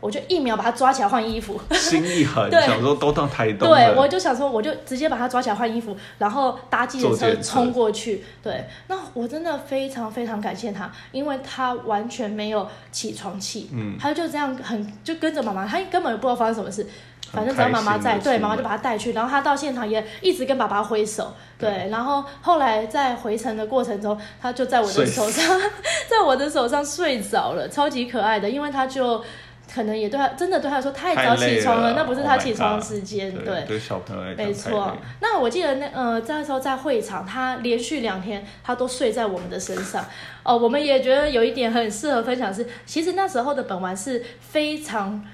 Speaker 2: 我就一秒把他抓起来换衣服。
Speaker 1: 心一横，
Speaker 2: 对
Speaker 1: 想说都到台东了，
Speaker 2: 对，我就想说，我就直接把他抓起来换衣服，然后搭计程
Speaker 1: 坐
Speaker 2: 车
Speaker 1: 计程车
Speaker 2: 冲过去。对，那我真的非常非常感谢他，因为他完全没有起床气，
Speaker 1: 嗯
Speaker 2: 他就这样很就跟着妈妈，他根本不知道发生什么事。反正只要妈妈在，
Speaker 1: 很开心地出
Speaker 2: 对，
Speaker 1: 门
Speaker 2: 妈妈就把他带去，然后他到现场也一直跟爸爸挥手，对，
Speaker 1: 对
Speaker 2: 然后后来在回程的过程中，他就在我的
Speaker 1: 睡
Speaker 2: 手上， 在我的手上睡着了，超级可爱的，因为他就可能也对他真的对他来说太
Speaker 1: 太
Speaker 2: 早
Speaker 1: 累
Speaker 2: 起床了，
Speaker 1: 了
Speaker 2: 那不是
Speaker 1: Oh
Speaker 2: 他
Speaker 1: my
Speaker 2: 起床
Speaker 1: God
Speaker 2: 时间，
Speaker 1: 对，对小朋友来讲太
Speaker 2: 没错
Speaker 1: 累，
Speaker 2: 那我记得那呃，那时候在会场，他连续两天他都睡在我们的身上。哦，我们也觉得有一点很适合分享是，其实那时候的本丸是非常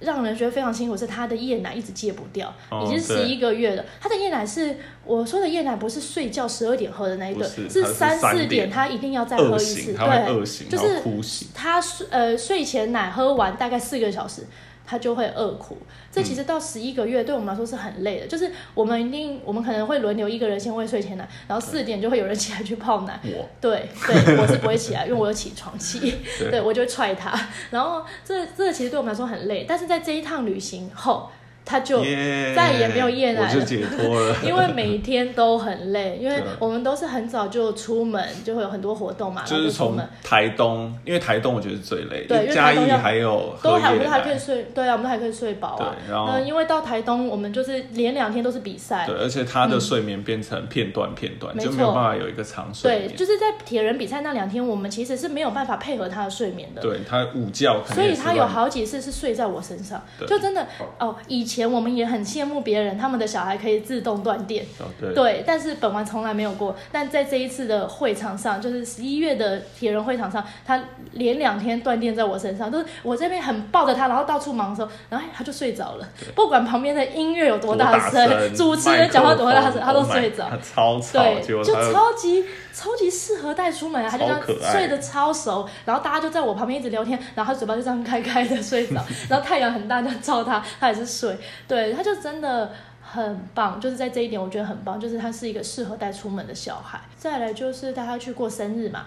Speaker 2: 让人觉得非常辛苦，是他的夜奶一直戒不掉，
Speaker 1: 哦
Speaker 2: 已经十
Speaker 1: 对
Speaker 2: 一个月了。他的夜奶是我说的夜奶，不是睡觉十二点喝的那一顿，
Speaker 1: 不是
Speaker 2: 是
Speaker 1: 它是
Speaker 2: 三
Speaker 1: 3
Speaker 2: 四点
Speaker 1: 点
Speaker 2: 他一定要再喝
Speaker 1: 饿
Speaker 2: 一次，
Speaker 1: 醒，他会
Speaker 2: 对，
Speaker 1: 饿醒，
Speaker 2: 就
Speaker 1: 然
Speaker 2: 是
Speaker 1: 后哭醒，
Speaker 2: 他睡呃睡前奶喝完大概四个小时，他就会饿苦。这其实到十一个月对我们来说是很累的，就是我们一定我们可能会轮流一个人先喂睡前奶，然后四点就会有人起来去泡奶。
Speaker 1: 我
Speaker 2: 对对，我是不会起来，因为我有起床气，
Speaker 1: 对
Speaker 2: 对我就会踹他。然后这这其实对我们来说很累，但是在这一趟旅行后，他就
Speaker 1: 耶
Speaker 2: 再也没有夜
Speaker 1: 我
Speaker 2: 奶
Speaker 1: 就
Speaker 2: 了。
Speaker 1: 解脱 了。
Speaker 2: 因为每天都很累，因为
Speaker 1: 对啊
Speaker 2: 我们都是很早就出门，就会有很多活动嘛，然
Speaker 1: 就
Speaker 2: 后
Speaker 1: 是
Speaker 2: 出
Speaker 1: 从
Speaker 2: 门。
Speaker 1: 台东，因为台东我觉得是最累，
Speaker 2: 对因为
Speaker 1: 嘉
Speaker 2: 台
Speaker 1: 义
Speaker 2: 东要
Speaker 1: 还有
Speaker 2: 都
Speaker 1: 荷
Speaker 2: 还，我
Speaker 1: 叶
Speaker 2: 们都还可以
Speaker 1: 奶，
Speaker 2: 睡，对啊，我们都还可以睡饱啊。
Speaker 1: 对然后
Speaker 2: 嗯，因为到台东，我们就是连两天都是比赛
Speaker 1: 对，，而且他的睡眠变成片段片段，
Speaker 2: 嗯没
Speaker 1: 就没有
Speaker 2: 错
Speaker 1: 办法有一个长睡
Speaker 2: 对，
Speaker 1: 眠。
Speaker 2: 就是在铁人比赛那两天，我们其实是没有办法配合他的睡眠的。
Speaker 1: 对他午觉可能
Speaker 2: 所以
Speaker 1: 也是
Speaker 2: 他有
Speaker 1: 乱
Speaker 2: 好几次是睡在我身上，
Speaker 1: 对
Speaker 2: 就真的哦。以前我们也很羡慕别人，他们的小孩可以自动断电，
Speaker 1: 哦对
Speaker 2: 对，但是本丸从来没有过。但在这一次的会场上，就是十一月的铁人会场上，他连两天断电在我身上，就是我这边很抱着他，然后到处忙的时候，然后他就睡着了，不管旁边的音乐有多大
Speaker 1: 声，
Speaker 2: 主持人讲话多大声，他都睡着
Speaker 1: 哦他。超吵，
Speaker 2: 对
Speaker 1: 结，果
Speaker 2: 就
Speaker 1: 他
Speaker 2: 超级超级适合带出门啊，他就这样
Speaker 1: 超可爱
Speaker 2: 睡得超熟，然后大家就在我旁边一直聊天，然后他嘴巴就这样开开的 睡着，然后太阳很大就照他，他也是睡，对，他就真的。很棒，就是在这一点我觉得很棒，就是他是一个适合带出门的小孩。再来就是带他去过生日嘛，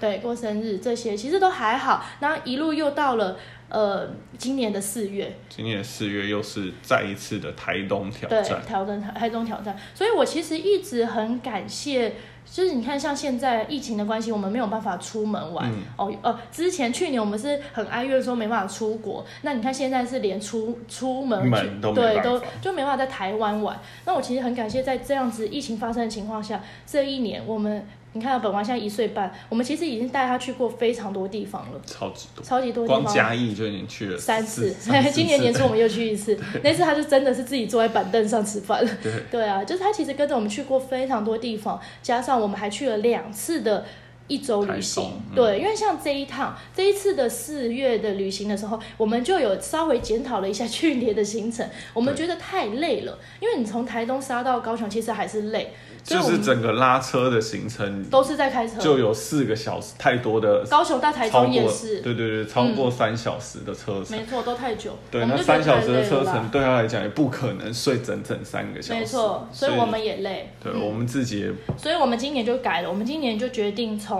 Speaker 1: 对
Speaker 2: 过生日这些其实都还好。那一路又到了呃今年的四月，
Speaker 1: 今年四月又是再一次的台东挑
Speaker 2: 对，
Speaker 1: 战，
Speaker 2: 挑战台中挑战，所以我其实一直很感谢，就是你看像现在疫情的关系，我们没有办法出门玩、
Speaker 1: 嗯
Speaker 2: 哦，呃，之前去年我们是很哀怨说没办法出国，那你看现在是连出出门
Speaker 1: 门
Speaker 2: 去
Speaker 1: 都没
Speaker 2: 对
Speaker 1: 办
Speaker 2: 都
Speaker 1: 法
Speaker 2: 就没办法在台湾玩，那我其实很感谢在这样子疫情发生的情况下，这一年我们你看本王现在一岁半，我们其实已经带他去过非常多地方了，
Speaker 1: 超级多。
Speaker 2: 超级多地
Speaker 1: 光
Speaker 2: 方。
Speaker 1: 嘉义就已经去了
Speaker 2: 三
Speaker 1: 次
Speaker 2: 次，
Speaker 1: 三四次
Speaker 2: 今年年初我们又去一次，那次他就真的是自己坐在板凳上吃饭了。
Speaker 1: 对
Speaker 2: 啊，就是他其实跟着我们去过非常多地方，加上我们还去了两次的。一周旅行
Speaker 1: 台中，嗯
Speaker 2: 对，因为像这一趟这一次的四月的旅行的时候，我们就有稍微检讨了一下去年的行程，我们
Speaker 1: 对
Speaker 2: 觉得太累了，因为你从台东杀到高雄其实还是累，所以
Speaker 1: 就
Speaker 2: 我
Speaker 1: 是
Speaker 2: 们
Speaker 1: 整个拉车的行程
Speaker 2: 都是在开车，
Speaker 1: 嗯就有四个小时，太多的
Speaker 2: 高雄到台
Speaker 1: 超
Speaker 2: 中也
Speaker 1: 过，
Speaker 2: 是，
Speaker 1: 对对对，超过三小时的车程。
Speaker 2: 没错，都太久，
Speaker 1: 对，
Speaker 2: 我们
Speaker 1: 那
Speaker 2: 就觉
Speaker 1: 三
Speaker 2: 得
Speaker 1: 小时的
Speaker 2: 太累
Speaker 1: 车
Speaker 2: 了啦
Speaker 1: 程对他来讲也不可能睡整整三个小时，
Speaker 2: 没错，所以我们也累，
Speaker 1: 对我们自己也
Speaker 2: 所以我们今年就改了，我们今年就决定从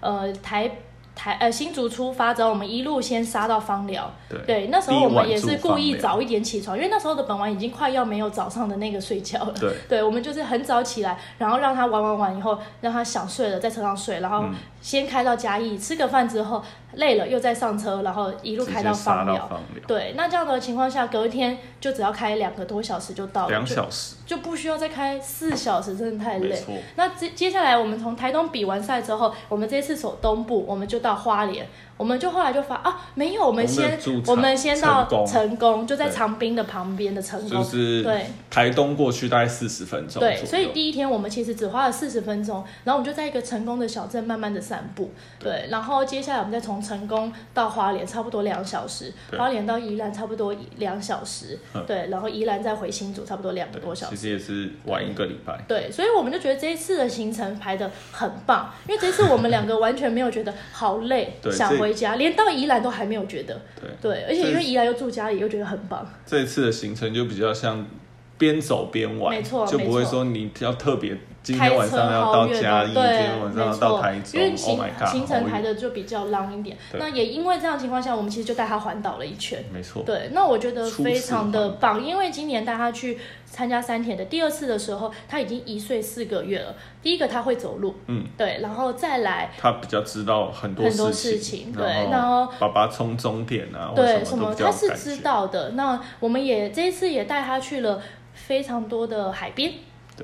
Speaker 2: 呃台台呃新竹出发之后，我们一路先杀到芳寮。
Speaker 1: 对
Speaker 2: 对，那时候
Speaker 1: 第一
Speaker 2: 我
Speaker 1: 晚
Speaker 2: 们也
Speaker 1: 住
Speaker 2: 是故
Speaker 1: 芳
Speaker 2: 意
Speaker 1: 寮
Speaker 2: 早一点起床，因为那时候的本丸已经快要没有早上的那个睡觉了。
Speaker 1: 对
Speaker 2: 对，我们就是很早起来，然后让他玩玩玩以后，让他想睡了，在车上睡，然后
Speaker 1: 嗯
Speaker 2: 先开到嘉义，吃个饭之后累了又再上车，然后一路
Speaker 1: 直
Speaker 2: 开
Speaker 1: 接杀
Speaker 2: 芳
Speaker 1: 到
Speaker 2: 寮。
Speaker 1: 放疗，
Speaker 2: 对，那这样的情况下，隔天就只要开两个多小时就到了，
Speaker 1: 两
Speaker 2: 就
Speaker 1: 小时，
Speaker 2: 就不需要再开四小时，真的太
Speaker 1: 没
Speaker 2: 累。
Speaker 1: 错，
Speaker 2: 那接接下来我们从台东比完赛之后，我们这次走东部，我们就到花莲，我们就后来就发啊，没有，我
Speaker 1: 我
Speaker 2: 们
Speaker 1: 们
Speaker 2: 先
Speaker 1: 的主场
Speaker 2: 我们先到
Speaker 1: 成功
Speaker 2: 成功，就在
Speaker 1: 对
Speaker 2: 长滨的旁边的成
Speaker 1: 就
Speaker 2: 功。
Speaker 1: 是
Speaker 2: 对
Speaker 1: 台东过去大概四十分钟左右，
Speaker 2: 对，所以第一天我们其实只花了四十分钟，然后我们就在一个成功的小镇慢慢的散步，对，然后接下来我们再从成功到花莲，差不多两小时，
Speaker 1: 对
Speaker 2: 花莲到宜兰差不多两小时，
Speaker 1: 嗯
Speaker 2: 对，然后宜兰再回新竹差不多两个
Speaker 1: 对
Speaker 2: 多小时
Speaker 1: 其。实也是玩一个礼拜，，
Speaker 2: 对，所以我们就觉得这一次的行程排的很棒，因为这次我们两个完全没有觉得好累
Speaker 1: 对
Speaker 2: 想
Speaker 1: 这
Speaker 2: 回家，连到宜兰都还没有觉得。
Speaker 1: 对，
Speaker 2: 对，而且因为宜兰又住家里，又觉得很棒。
Speaker 1: 这次的行程就比较像边走边玩，
Speaker 2: 没错
Speaker 1: 就不会
Speaker 2: 没错
Speaker 1: 说你要特别今
Speaker 2: 开
Speaker 1: 天
Speaker 2: 车
Speaker 1: 晚上要
Speaker 2: 好
Speaker 1: 到
Speaker 2: 远
Speaker 1: 嘉
Speaker 2: 的，
Speaker 1: 义，今天晚上
Speaker 2: 对，
Speaker 1: 要
Speaker 2: 没
Speaker 1: 到
Speaker 2: 错
Speaker 1: 台，中
Speaker 2: 因为
Speaker 1: ，Oh
Speaker 2: 行
Speaker 1: my god，
Speaker 2: 行程排
Speaker 1: 好远
Speaker 2: 的就比较浪一点。
Speaker 1: 对
Speaker 2: 那也因为这样的情况下，我们其实就带他环岛了一圈。
Speaker 1: 没错，
Speaker 2: 对，那我觉得
Speaker 1: 初次
Speaker 2: 非常的
Speaker 1: 环
Speaker 2: 棒，因为今年带他去参加三铁的第二次的时候，他已经一岁四个月了。第一个他会走路，
Speaker 1: 嗯，
Speaker 2: 对，然后再来
Speaker 1: 他比较知道很多
Speaker 2: 很多
Speaker 1: 事
Speaker 2: 事情对然后
Speaker 1: 爸爸冲终点啊，
Speaker 2: 对
Speaker 1: 或什
Speaker 2: 什么
Speaker 1: 都比较有
Speaker 2: 他是
Speaker 1: 感
Speaker 2: 知
Speaker 1: 觉，
Speaker 2: 道的。那我们也这一次也带他去了非常多的海边，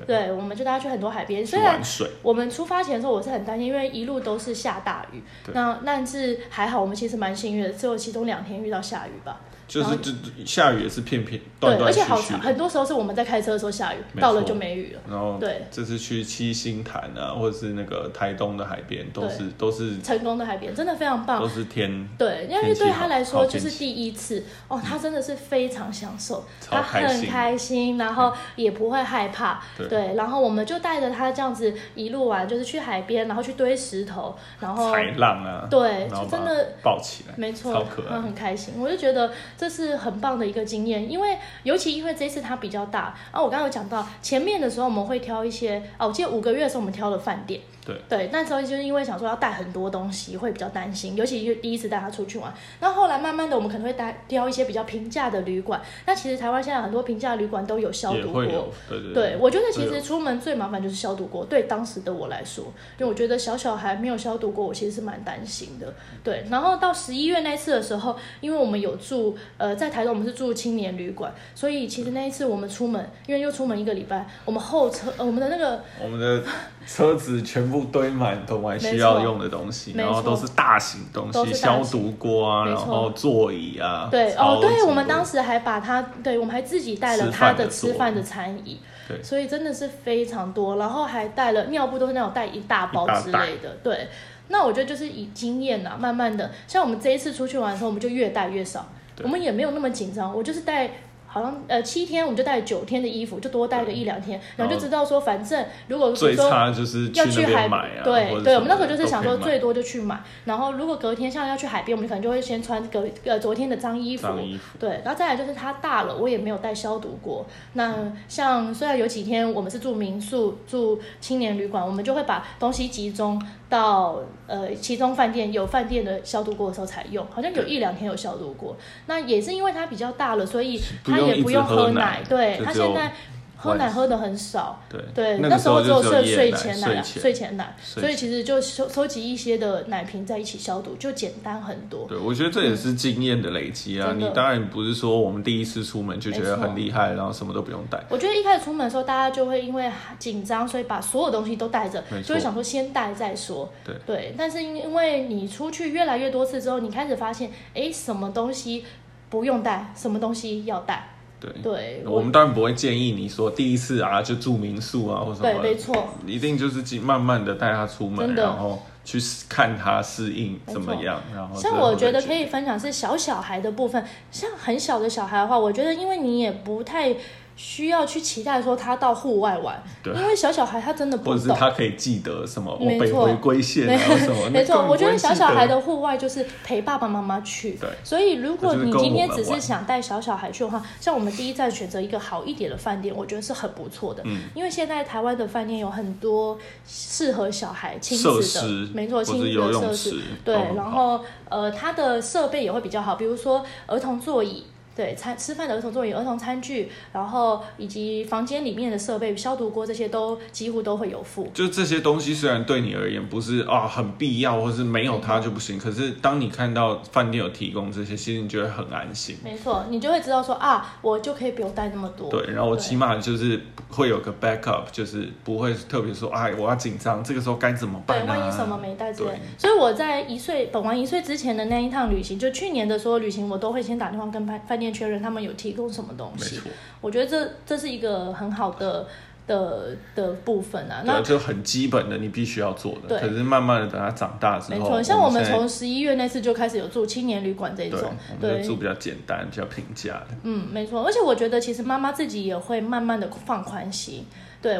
Speaker 1: 对
Speaker 2: 我们就带他去很多海边。
Speaker 1: 去
Speaker 2: 虽然
Speaker 1: 玩水，
Speaker 2: 我们出发前的时候我是很担心，因为一路都是下大雨
Speaker 1: 对，
Speaker 2: 那但是还好我们其实蛮幸运的，只有其中两天遇到下雨吧。
Speaker 1: 就
Speaker 2: 然后
Speaker 1: 是就就下雨也是片片
Speaker 2: 对
Speaker 1: 断，断
Speaker 2: 而
Speaker 1: 续
Speaker 2: 且好
Speaker 1: 续
Speaker 2: 长，
Speaker 1: 的，
Speaker 2: 很多时候是我们在开车的时候下雨
Speaker 1: 没，
Speaker 2: 到了
Speaker 1: 错
Speaker 2: 就没雨了。
Speaker 1: 然后
Speaker 2: 对
Speaker 1: 这次去七星潭啊，或者是那个台东的海边，都是都是
Speaker 2: 成功的海边真的非常棒
Speaker 1: 都，是天，
Speaker 2: 对，因为
Speaker 1: 天气
Speaker 2: 对
Speaker 1: 好
Speaker 2: 他来
Speaker 1: 好
Speaker 2: 说就
Speaker 1: 天
Speaker 2: 是
Speaker 1: 气
Speaker 2: 第一次哦，他真的是非常享受，
Speaker 1: 超
Speaker 2: 他
Speaker 1: 开
Speaker 2: 很
Speaker 1: 心嗯
Speaker 2: 开心，然后也不会害怕
Speaker 1: 对，对
Speaker 2: 对，然后我们就带着他这样子一路玩，就是去海边，然后去堆石头，然后
Speaker 1: 踩浪啊，
Speaker 2: 对，
Speaker 1: 然后
Speaker 2: 就
Speaker 1: 把
Speaker 2: 真
Speaker 1: 它
Speaker 2: 的
Speaker 1: 抱起来，
Speaker 2: 没错，嗯
Speaker 1: 超可
Speaker 2: 他
Speaker 1: 爱。
Speaker 2: 很开心。我就觉得这是很棒的一个经验，因为尤其因为这次它比较大。啊，我刚刚有讲到前面的时候我们会挑一些，哦、我记得五个月的时候我们挑了饭店。
Speaker 1: 对
Speaker 2: 对，那时候就是因为想说要带很多东西，会比较担心，尤其就第一次带他出去玩。那后来慢慢的，我们可能会带挑一些比较平价的旅馆。那其实台湾现在很多平价旅馆都有消
Speaker 1: 也
Speaker 2: 毒
Speaker 1: 会
Speaker 2: 锅
Speaker 1: 有，，对对
Speaker 2: 对，我觉得其
Speaker 1: 对啊
Speaker 2: 实出门最麻烦就是消毒锅。对当时的我来说，因为我觉得小小孩没有消毒锅，我其实是蛮担心的。对，然后到十一月那次的时候，因为我们有住呃在台中，我们是住青年旅馆，所以其实那一次我们出门，因为又出门一个礼拜，我们后车、呃、我们的那个
Speaker 1: 我们的车子全部堆满同玩需要用的东西，
Speaker 2: 没错
Speaker 1: 然后都是大型东
Speaker 2: 都
Speaker 1: 西，
Speaker 2: 是
Speaker 1: 消
Speaker 2: 大型
Speaker 1: 毒锅啊，
Speaker 2: 没
Speaker 1: 然
Speaker 2: 错
Speaker 1: 后座椅啊，
Speaker 2: 对哦，对我们当
Speaker 1: 时
Speaker 2: 时还把他，对我们还自己带了
Speaker 1: 吃
Speaker 2: 他
Speaker 1: 饭
Speaker 2: 的
Speaker 1: 的
Speaker 2: 吃
Speaker 1: 桌
Speaker 2: 饭的餐椅，
Speaker 1: 对
Speaker 2: 所以真的是非常多，然后还带了尿布，都是那种带一大包
Speaker 1: 一大
Speaker 2: 之
Speaker 1: 袋
Speaker 2: 类的，对。那我觉得就是以经验啦，慢慢的，像我们这一次出去玩的时候，我们就越带越少，
Speaker 1: 对
Speaker 2: 我们也没有那么紧张，我就是带。好像呃七天，我们就带九天的衣服，就多带个一两天，然后就知道说，反正如果
Speaker 1: 最
Speaker 2: 说
Speaker 1: 差就是
Speaker 2: 要
Speaker 1: 那
Speaker 2: 去海
Speaker 1: 边买啊，或
Speaker 2: 对
Speaker 1: 者
Speaker 2: 对，
Speaker 1: 什
Speaker 2: 我们那时
Speaker 1: 么
Speaker 2: 候
Speaker 1: 的
Speaker 2: 就是想说
Speaker 1: 都可以
Speaker 2: 最多就去买，然后如果隔天像要去海边，我们可能就会先穿隔呃昨天的脏衣
Speaker 1: 买
Speaker 2: 服。
Speaker 1: 脏衣服，
Speaker 2: 对，然后再来就是它大了，我也没有带消毒过。那像虽然有几天我们是住民宿、住青年旅馆，我们就会把东西集中到呃其中饭店有饭店的消毒过的时候才用，好像有一两天有消毒过。那也是因为它比较大了，所以
Speaker 1: 不
Speaker 2: 它
Speaker 1: 用
Speaker 2: 也
Speaker 1: 一
Speaker 2: 不
Speaker 1: 直
Speaker 2: 用
Speaker 1: 喝
Speaker 2: 奶
Speaker 1: 奶，
Speaker 2: 对
Speaker 1: 就
Speaker 2: 它
Speaker 1: 只
Speaker 2: 现
Speaker 1: 有
Speaker 2: 在喝
Speaker 1: 晚
Speaker 2: 奶
Speaker 1: 上
Speaker 2: 喝的很少。
Speaker 1: 对
Speaker 2: 对，
Speaker 1: 那个
Speaker 2: 时候
Speaker 1: 就
Speaker 2: 只有
Speaker 1: 夜
Speaker 2: 睡
Speaker 1: 奶
Speaker 2: 前啊
Speaker 1: 睡
Speaker 2: 奶啦，
Speaker 1: 前啊
Speaker 2: 睡前奶，
Speaker 1: 睡
Speaker 2: 所以其实就收收集一些的奶瓶在一起消毒，就简单很多。
Speaker 1: 对，我觉得这也是经验的累积啊。
Speaker 2: 真的
Speaker 1: 你当然不是说我们第一次出门就觉得
Speaker 2: 没错
Speaker 1: 很厉害，然后什么都不用带。
Speaker 2: 我觉得一开始出门的时候，大家就会因为紧张，所以把所有东西都带着
Speaker 1: 没，错
Speaker 2: 就会想说先带再说。
Speaker 1: 对
Speaker 2: 但是因为你出去越来越多次之后，你开始发现，哎，什么东西不用带，什么东西要带。
Speaker 1: 对，
Speaker 2: 对，
Speaker 1: 我们当然不会建议你说第一次啊就住民宿啊或什么
Speaker 2: 对，
Speaker 1: 的，
Speaker 2: 没错，
Speaker 1: 一定就是尽慢慢的带他出门，
Speaker 2: 真的
Speaker 1: 然后去看他适应
Speaker 2: 没错
Speaker 1: 怎么样，然哦后
Speaker 2: 像我觉得可
Speaker 1: 以
Speaker 2: 以分享是小小孩的部分，像很小的小孩的话，我觉得因为你也不太需要去期待说他到户外玩，
Speaker 1: 对
Speaker 2: 因为小小孩他真的不
Speaker 1: 或者是
Speaker 2: 懂。
Speaker 1: 他可以记得什么我
Speaker 2: 没
Speaker 1: 北
Speaker 2: 错
Speaker 1: 回归线
Speaker 2: 没
Speaker 1: 啊或什么，
Speaker 2: 没
Speaker 1: 那根本
Speaker 2: 错，
Speaker 1: 不会
Speaker 2: 我觉得小小孩
Speaker 1: 记
Speaker 2: 的户外就是陪爸爸妈妈去。
Speaker 1: 对
Speaker 2: 所以如果
Speaker 1: 就是
Speaker 2: 你
Speaker 1: 跟
Speaker 2: 今
Speaker 1: 我
Speaker 2: 天
Speaker 1: 们
Speaker 2: 只是
Speaker 1: 玩
Speaker 2: 想带小小孩去的话，像我们第一站选择一个好一点的饭店，我觉得是很不错的。
Speaker 1: 嗯，
Speaker 2: 因为现在台湾的饭店有很多适合小孩亲
Speaker 1: 设
Speaker 2: 子
Speaker 1: 施
Speaker 2: 的，，没错，
Speaker 1: 或
Speaker 2: 亲
Speaker 1: 是
Speaker 2: 子
Speaker 1: 游
Speaker 2: 的
Speaker 1: 泳
Speaker 2: 设施。
Speaker 1: 池，哦
Speaker 2: 对
Speaker 1: 都很，
Speaker 2: 然
Speaker 1: 好
Speaker 2: 后呃，它的设备也会比较好，比如说儿童座椅。对，餐吃饭的儿童座椅、儿童餐具，然后以及房间里面的设备、消毒锅这些都几乎都会有附。
Speaker 1: 就这些东西虽然对你而言不是啊很必要，或是没有它就不行，可是当你看到饭店有提供这些，其实你就会很安心。
Speaker 2: 没错，你就会知道说啊，我就可以不用带那么多。
Speaker 1: 对，然后我
Speaker 2: 对
Speaker 1: 起码就是会有个 backup，就是不会特别说哎我要紧张，这个时候该怎么
Speaker 2: 对，
Speaker 1: 办啊？
Speaker 2: 万一什么没带之类
Speaker 1: 对，
Speaker 2: 所以我在一岁本完一岁之前的那一趟旅行，就去年的所有旅行，我都会先打电话跟饭饭店确认他们有提供什么东
Speaker 1: 没
Speaker 2: 西。
Speaker 1: 错，
Speaker 2: 我觉得这这是一个很好的的的部分啊。那
Speaker 1: 对，就很基本的你必须要做的。
Speaker 2: 对
Speaker 1: 可是慢慢的等他长大之后，
Speaker 2: 没错，像我们
Speaker 1: 现在
Speaker 2: 从十一月那次就开始有住青年旅馆这一
Speaker 1: 对
Speaker 2: 种，，
Speaker 1: 我们
Speaker 2: 对
Speaker 1: 就，住比较简单、比较平价的。
Speaker 2: 嗯，没错。而且我觉得其实妈妈自己也会慢慢的放宽心。对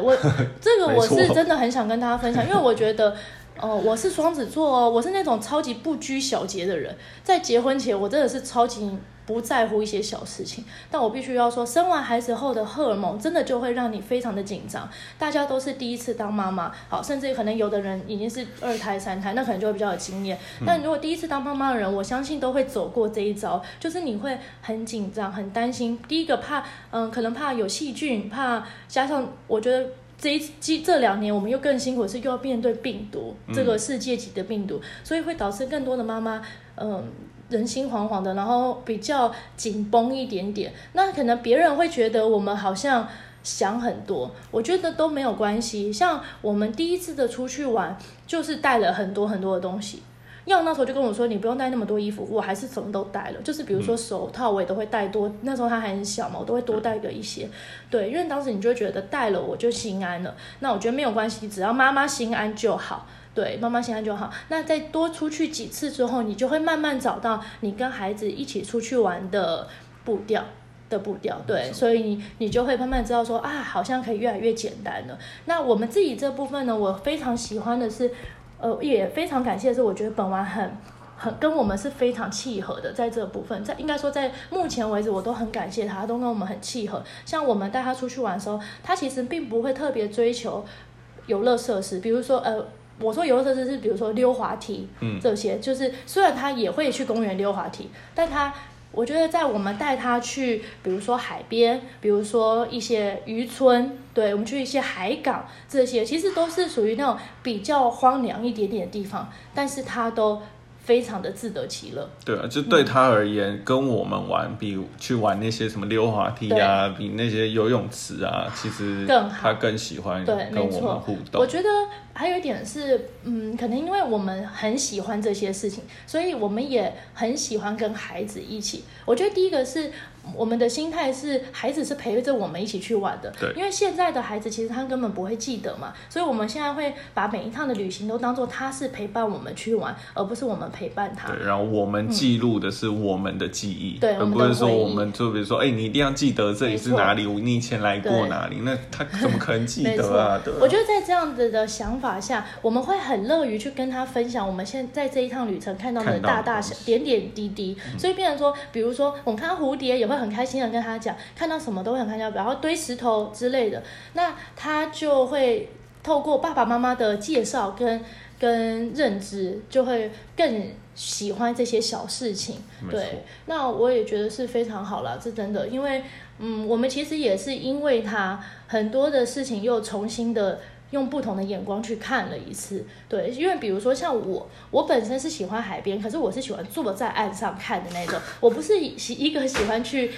Speaker 2: 我这个
Speaker 1: 没
Speaker 2: 我
Speaker 1: 错
Speaker 2: 是真的很想跟大家分享，因为我觉得。哦，我是双子座哦，我是那种超级不拘小节的人。在结婚前，我真的是超级不在乎一些小事情。但我必须要说，生完孩子后的荷尔蒙真的就会让你非常的紧张。大家都是第一次当妈妈，好，甚至可能有的人已经是二胎、三胎，那可能就会比较有经验。但如果第一次当妈妈的人，我相信都会走过这一招，就是你会很紧张、很担心。第一个怕，嗯，可能怕有细菌，怕加上我觉得。这一这这两年，我们又更辛苦，是又要面对病毒、这个世界级的病毒，所以会导致更多的妈妈，嗯、人心惶惶的，然后比较紧绷一点点。那可能别人会觉得我们好像想很多，我觉得都没有关系。像我们第一次的出去玩，就是带了很多很多的东西。要那时候就跟我说，你不用带那么多衣服，我还是什么都带了，就是比如说手套，我也都会带多。那时候他还很小嘛，我都会多带个一些。对，因为当时你就会觉得带了我就心安了，那我觉得没有关系，只要妈妈心安就好。对，妈妈心安就好。那再多出去几次之后，你就会慢慢找到你跟孩子一起出去玩的步调。的步调，对
Speaker 1: 没，错
Speaker 2: 所以你你就会慢慢知道说啊，好像可以越来越简单了。那我们自己这部分呢，我非常喜欢的是，呃，也非常感谢的是，我觉得本丸很。很跟我们是非常契合的，在这部分，在应该说在目前为止，我都很感谢他，都跟我们很契合。像我们带他出去玩的时候，他其实并不会特别追求游乐设施，比如说呃，我说游乐设施是比如说溜滑梯，
Speaker 1: 嗯
Speaker 2: 这些就是虽然他也会去公园溜滑梯，但他我觉得在我们带他去，比如说海边，比如说一些渔村，对我们去一些海港这些，其实都是属于那种比较荒凉一点点的地方，但是他都非常的自得其乐。
Speaker 1: 对啊，就对他而言，跟我们玩比去玩那些什么溜滑梯啊，比那些游泳池啊，其实
Speaker 2: 更好
Speaker 1: 他更喜欢
Speaker 2: 对
Speaker 1: 跟
Speaker 2: 没
Speaker 1: 我
Speaker 2: 错
Speaker 1: 们互动。
Speaker 2: 我觉得还有一点是，嗯，可能因为我们很喜欢这些事情，所以我们也很喜欢跟孩子一起。我觉得第一个是我们的心态是，孩子是陪着我们一起去玩的。
Speaker 1: 对
Speaker 2: 因为现在的孩子其实他根本不会记得嘛，所以我们现在会把每一趟的旅行都当做他是陪伴我们去玩，而不是我们陪伴他。
Speaker 1: 对，然后我们记录的是我们的记忆，
Speaker 2: 嗯对
Speaker 1: 而
Speaker 2: 我们
Speaker 1: 不
Speaker 2: 的
Speaker 1: 是说
Speaker 2: 回忆
Speaker 1: 我们就比如说，哎、你一定要记得这里是
Speaker 2: 没错
Speaker 1: 哪里，你以前来过
Speaker 2: 对
Speaker 1: 哪里，那他怎么可能记
Speaker 2: 没错，
Speaker 1: 得啊？对啊
Speaker 2: 我觉得在这样子的想法下，我们会很乐于去跟他分享我们现在这一趟旅程看到的
Speaker 1: 看到的
Speaker 2: 大大
Speaker 1: 东
Speaker 2: 小
Speaker 1: 西嗯
Speaker 2: 点点滴滴，所以变成说，比如说我们看到蝴蝶也会很开心的跟他讲，看到什么都会很开心，然后堆石头之类的，那他就会透过爸爸妈妈的介绍跟跟认知，就会更喜欢这些小事情。
Speaker 1: 没错
Speaker 2: 对，那我也觉得是非常好啦，这真的，因为嗯，我们其实也是因为他很多的事情又重新的。用不同的眼光去看了一次，对，因为比如说像我，我本身是喜欢海边，可是我是喜欢坐在岸上看的那种，我不是喜一个喜欢去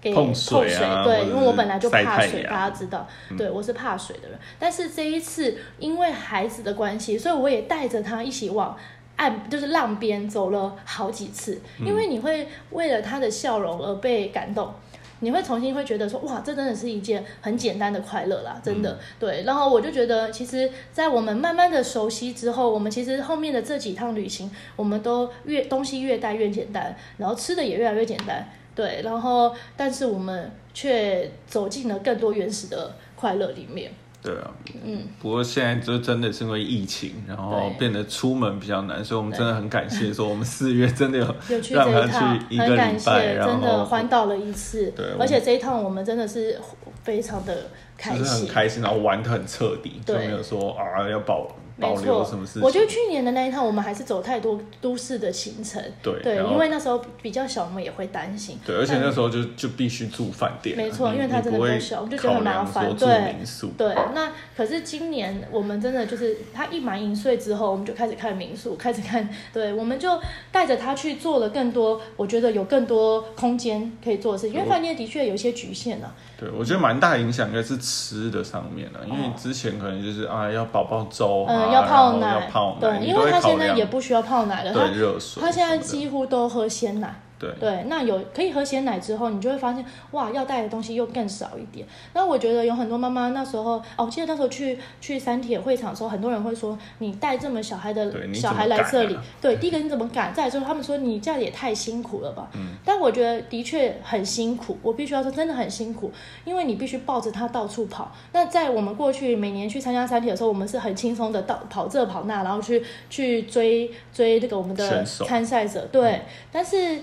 Speaker 2: 给
Speaker 1: 碰水啊或者
Speaker 2: 对，
Speaker 1: 是
Speaker 2: 因为我本来就
Speaker 1: 晒
Speaker 2: 怕
Speaker 1: 太
Speaker 2: 水，
Speaker 1: 阳嗯
Speaker 2: 大家知道，对我是怕水的人。但是这一次因为孩子的关系，所以我也带着他一起往岸，就是浪边走了好几次。因为你会为了他的笑容而被感动，你会重新会觉得说，哇，这真的是一件很简单的快乐
Speaker 1: 嗯
Speaker 2: 啦，真的。对，然后我就觉得，其实，在我们慢慢的熟悉之后，我们其实后面的这几趟旅行，我们都越东西越带越简单，然后吃的也越来越简单。对，然后但是我们却走进了更多原始的快乐里面。
Speaker 1: 对啊，
Speaker 2: 嗯，
Speaker 1: 不过现在就真的是因为疫情，然后
Speaker 2: 对
Speaker 1: 变得出门比较难，所以我们真的很感谢，说我们四月真的有
Speaker 2: 有去
Speaker 1: 让
Speaker 2: 这
Speaker 1: 他
Speaker 2: 一趟
Speaker 1: 去，一个
Speaker 2: 很感
Speaker 1: 礼拜，
Speaker 2: 谢，
Speaker 1: 然
Speaker 2: 真的
Speaker 1: 后
Speaker 2: 环岛了一次
Speaker 1: 对我，
Speaker 2: 而且这一趟我们真的是非常的开
Speaker 1: 就是很
Speaker 2: 心。
Speaker 1: 开心，然后玩得很彻底，就
Speaker 2: 对
Speaker 1: 没有说啊要保保
Speaker 2: 没
Speaker 1: 留
Speaker 2: 错
Speaker 1: 什么事情。
Speaker 2: 我觉得去年的那一趟，我们还是走太多都市的行程，
Speaker 1: 对
Speaker 2: 对，
Speaker 1: 然后
Speaker 2: 因为那时候比较小，我们也会担心。
Speaker 1: 对，而且
Speaker 2: 但
Speaker 1: 那时候就就必须住饭店啊，
Speaker 2: 没错
Speaker 1: 你
Speaker 2: 因为它
Speaker 1: 你
Speaker 2: 真的
Speaker 1: 不会
Speaker 2: 比较小我就觉得很麻烦
Speaker 1: 考量说
Speaker 2: 对
Speaker 1: 住民宿，
Speaker 2: 对，那可是今年我们真的就是他一满一岁之后，我们就开始看民宿，开始看，对，我们就带着他去做了更多，我觉得有更多空间可以做的事情，因为
Speaker 1: 我
Speaker 2: 饭店的确有一些局限啊。
Speaker 1: 对我觉得蛮大影响应该是吃的上面啊了，因为之前可能就是啊要宝宝粥啊，
Speaker 2: 嗯，要泡奶，
Speaker 1: 然后要泡奶，
Speaker 2: 对，
Speaker 1: 你
Speaker 2: 因
Speaker 1: 都
Speaker 2: 为
Speaker 1: 会
Speaker 2: 他
Speaker 1: 考
Speaker 2: 现在
Speaker 1: 量
Speaker 2: 也不需要泡奶了，
Speaker 1: 对
Speaker 2: 他
Speaker 1: 热水什么的，
Speaker 2: 他现在几乎都喝鲜奶。
Speaker 1: 对
Speaker 2: 对，那有可以喝鲜奶之后，你就会发现哇，要带的东西又更少一点。那我觉得有很多妈妈那时候，哦，我记得那时候去去三铁会场的时候，很多人会说你带这么小孩的
Speaker 1: 对你
Speaker 2: 小
Speaker 1: 怎么
Speaker 2: 孩来
Speaker 1: 敢
Speaker 2: 这
Speaker 1: 啊
Speaker 2: 里，对，第一个你怎么敢？再来之后，他们说你这样也太辛苦了吧。嗯。但我觉得的确很辛苦，我必须要说真的很辛苦，因为你必须抱着他到处跑。那在我们过去每年去参加三铁的时候，我们是很轻松的到跑这跑那，然后去去追追这个我们的
Speaker 1: 选手嗯
Speaker 2: 参赛者，对。但是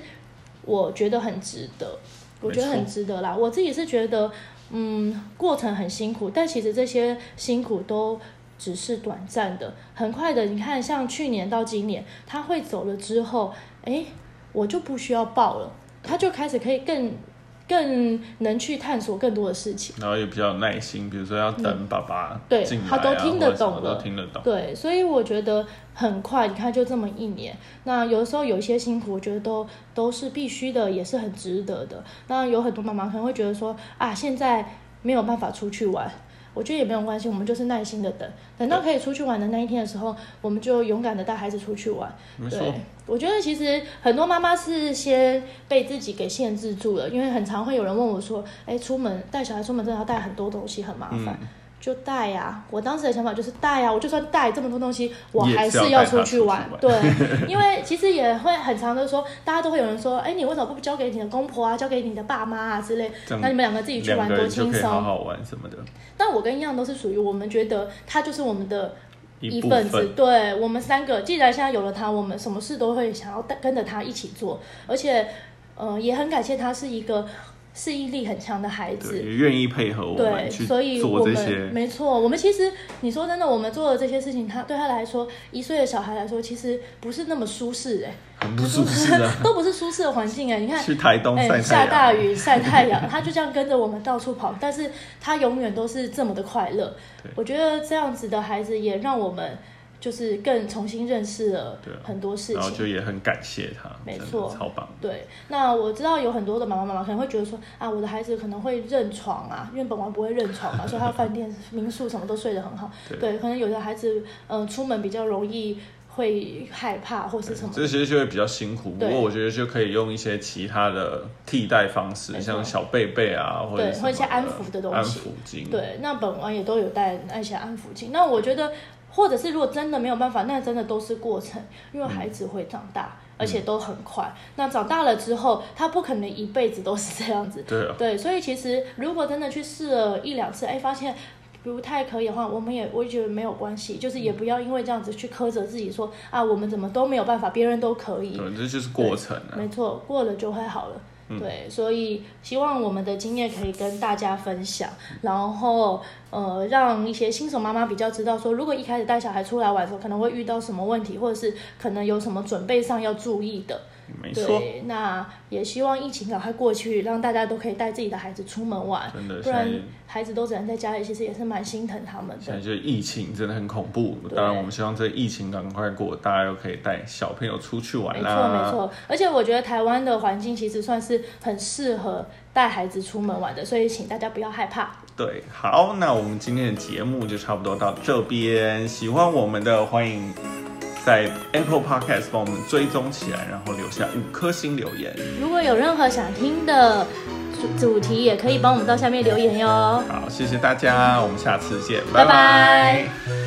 Speaker 2: 我觉得很值得，我觉得
Speaker 1: 没错
Speaker 2: 很值得啦。我自己是觉得，嗯，过程很辛苦，但其实这些辛苦都只是短暂的，很快的。你看，像去年到今年，他会走了之后，诶，我就不需要抱了，他就开始可以更更能去探索更多的事情。
Speaker 1: 然后也比较有耐心，比如说要等爸爸
Speaker 2: 嗯对
Speaker 1: 进来、啊
Speaker 2: 他都听得
Speaker 1: 或者什么
Speaker 2: 懂了
Speaker 1: 都听得懂。
Speaker 2: 对，所以我觉得很快，你看就这么一年。那有的时候有一些辛苦，我觉得都都是必须的，也是很值得的。那有很多妈妈可能会觉得说啊，现在没有办法出去玩。我觉得也没有关系，我们就是耐心的等，等到可以出去玩的那一天的时候，我们就勇敢的带孩子出去玩。
Speaker 1: 没错
Speaker 2: 对，我觉得其实很多妈妈是先被自己给限
Speaker 1: 嗯
Speaker 2: 制住了，因为很常会有人问我说：“哎，出门带小孩出门真的要带很多东西，很麻烦。就带呀、我当时的想法就是带呀、我就算带这么多东西，我
Speaker 1: 也
Speaker 2: 还
Speaker 1: 是要带他
Speaker 2: 是出
Speaker 1: 出去
Speaker 2: 玩
Speaker 1: 玩。
Speaker 2: 对， 因为其实也会很常的说，大家都会有人说，哎，你为什么不交给你的公婆啊，交给你的爸妈啊之类？
Speaker 1: 这样
Speaker 2: 那你们两个自己去
Speaker 1: 两
Speaker 2: 玩
Speaker 1: 个
Speaker 2: 多
Speaker 1: 人就
Speaker 2: 轻
Speaker 1: 可以好
Speaker 2: 松。
Speaker 1: 好玩什么的，
Speaker 2: 但我跟一样都是属于我们觉得他就是我们的
Speaker 1: 一部
Speaker 2: 份子。对我们三个，既然现在有了他，我们什么事都会想要带跟着他一起做，而且，呃，也很感谢他是一个适应力很强的孩
Speaker 1: 对，
Speaker 2: 子。
Speaker 1: 也愿意配合我
Speaker 2: 对，
Speaker 1: 们去
Speaker 2: 所以
Speaker 1: 做
Speaker 2: 我
Speaker 1: 这
Speaker 2: 们
Speaker 1: 些，
Speaker 2: 没错，我们其实你说真的，我们做的这些事情，他对他来说，一岁的小孩来说，其实不是那么舒适哎、
Speaker 1: 很不舒适啊 的。
Speaker 2: 都不是舒适的环境哎、你看，
Speaker 1: 去台东
Speaker 2: 哎、
Speaker 1: 晒太
Speaker 2: 下
Speaker 1: 阳，
Speaker 2: 大雨晒太阳，他就这样跟着我们到处跑，但是他永远都是这么的快乐
Speaker 1: 对。
Speaker 2: 我觉得这样子的孩子也让我们就是更重新认识了
Speaker 1: 对啊
Speaker 2: 很多事
Speaker 1: 然后
Speaker 2: 情。
Speaker 1: 就也很感谢他，
Speaker 2: 没
Speaker 1: 真的
Speaker 2: 错
Speaker 1: 超棒。
Speaker 2: 对，那我知道有很多的妈妈妈妈可能会觉得说啊，我的孩子可能会认床啊，因为本王不会认 床嘛，所以他饭店、民宿什么都睡得很好。
Speaker 1: 对
Speaker 2: 对，可能有的孩子嗯、呃出门比较容易会害怕或是什么的。
Speaker 1: 这些就会比较辛苦，不
Speaker 2: 对
Speaker 1: 过我觉得就可以用一些其他的替代方式
Speaker 2: 没，错
Speaker 1: 像小贝贝啊，或者
Speaker 2: 对
Speaker 1: 什么
Speaker 2: 或一些
Speaker 1: 的
Speaker 2: 安抚的东西
Speaker 1: 安抚巾，，
Speaker 2: 对，那本王也都有带那些安抚剂。那我觉得，或者是如果真的没有办法，那真的都是过程，因为孩子会长大，而且都很快。那长大了之后，他不可能一辈子都是这样子。
Speaker 1: 对啊，
Speaker 2: 对，所以其实如果真的去试了一两次，哎，发现。不太可以的话，我们也我也觉得没有关系，就是也不要因为这样子去苛责自己说啊，我们怎么都没有办法，别人都可以。
Speaker 1: 对，这就是过程啊嗯
Speaker 2: 没。错，过了就会好了。对，所以希望我们的经验可以跟大家分享，然后呃，让一些新手妈妈比较知道说，如果一开始带小孩出来玩的时候，可能会遇到什么问题，或者是可能有什么准备上要注意的。
Speaker 1: 没错，
Speaker 2: 对，那也希望疫情赶快过去，让大家都可以带自己的孩子出门玩，
Speaker 1: 真的
Speaker 2: 不
Speaker 1: 现在
Speaker 2: 然孩子都只能在家里，其实也是蛮心疼他们
Speaker 1: 现在
Speaker 2: 的。
Speaker 1: 就是疫情真的很恐怖，
Speaker 2: 对
Speaker 1: 当然我们希望这疫情赶快过，大家又可以带小朋友出去玩
Speaker 2: 没错没
Speaker 1: 啦。
Speaker 2: 错，而且我觉得台湾的环境其实算是很适合带孩子出门玩的，所以请大家不要害怕。
Speaker 1: 对，好，那我们今天的节目就差不多到这边。喜欢我们的，欢迎在 Apple Podcast 帮我们追踪起来，然后留下五颗星留言。
Speaker 2: 如果有任何想听的主主题，也可以帮我们到下面留言哟。
Speaker 1: 好，谢谢大家，我们下次见，
Speaker 2: 拜拜
Speaker 1: 拜拜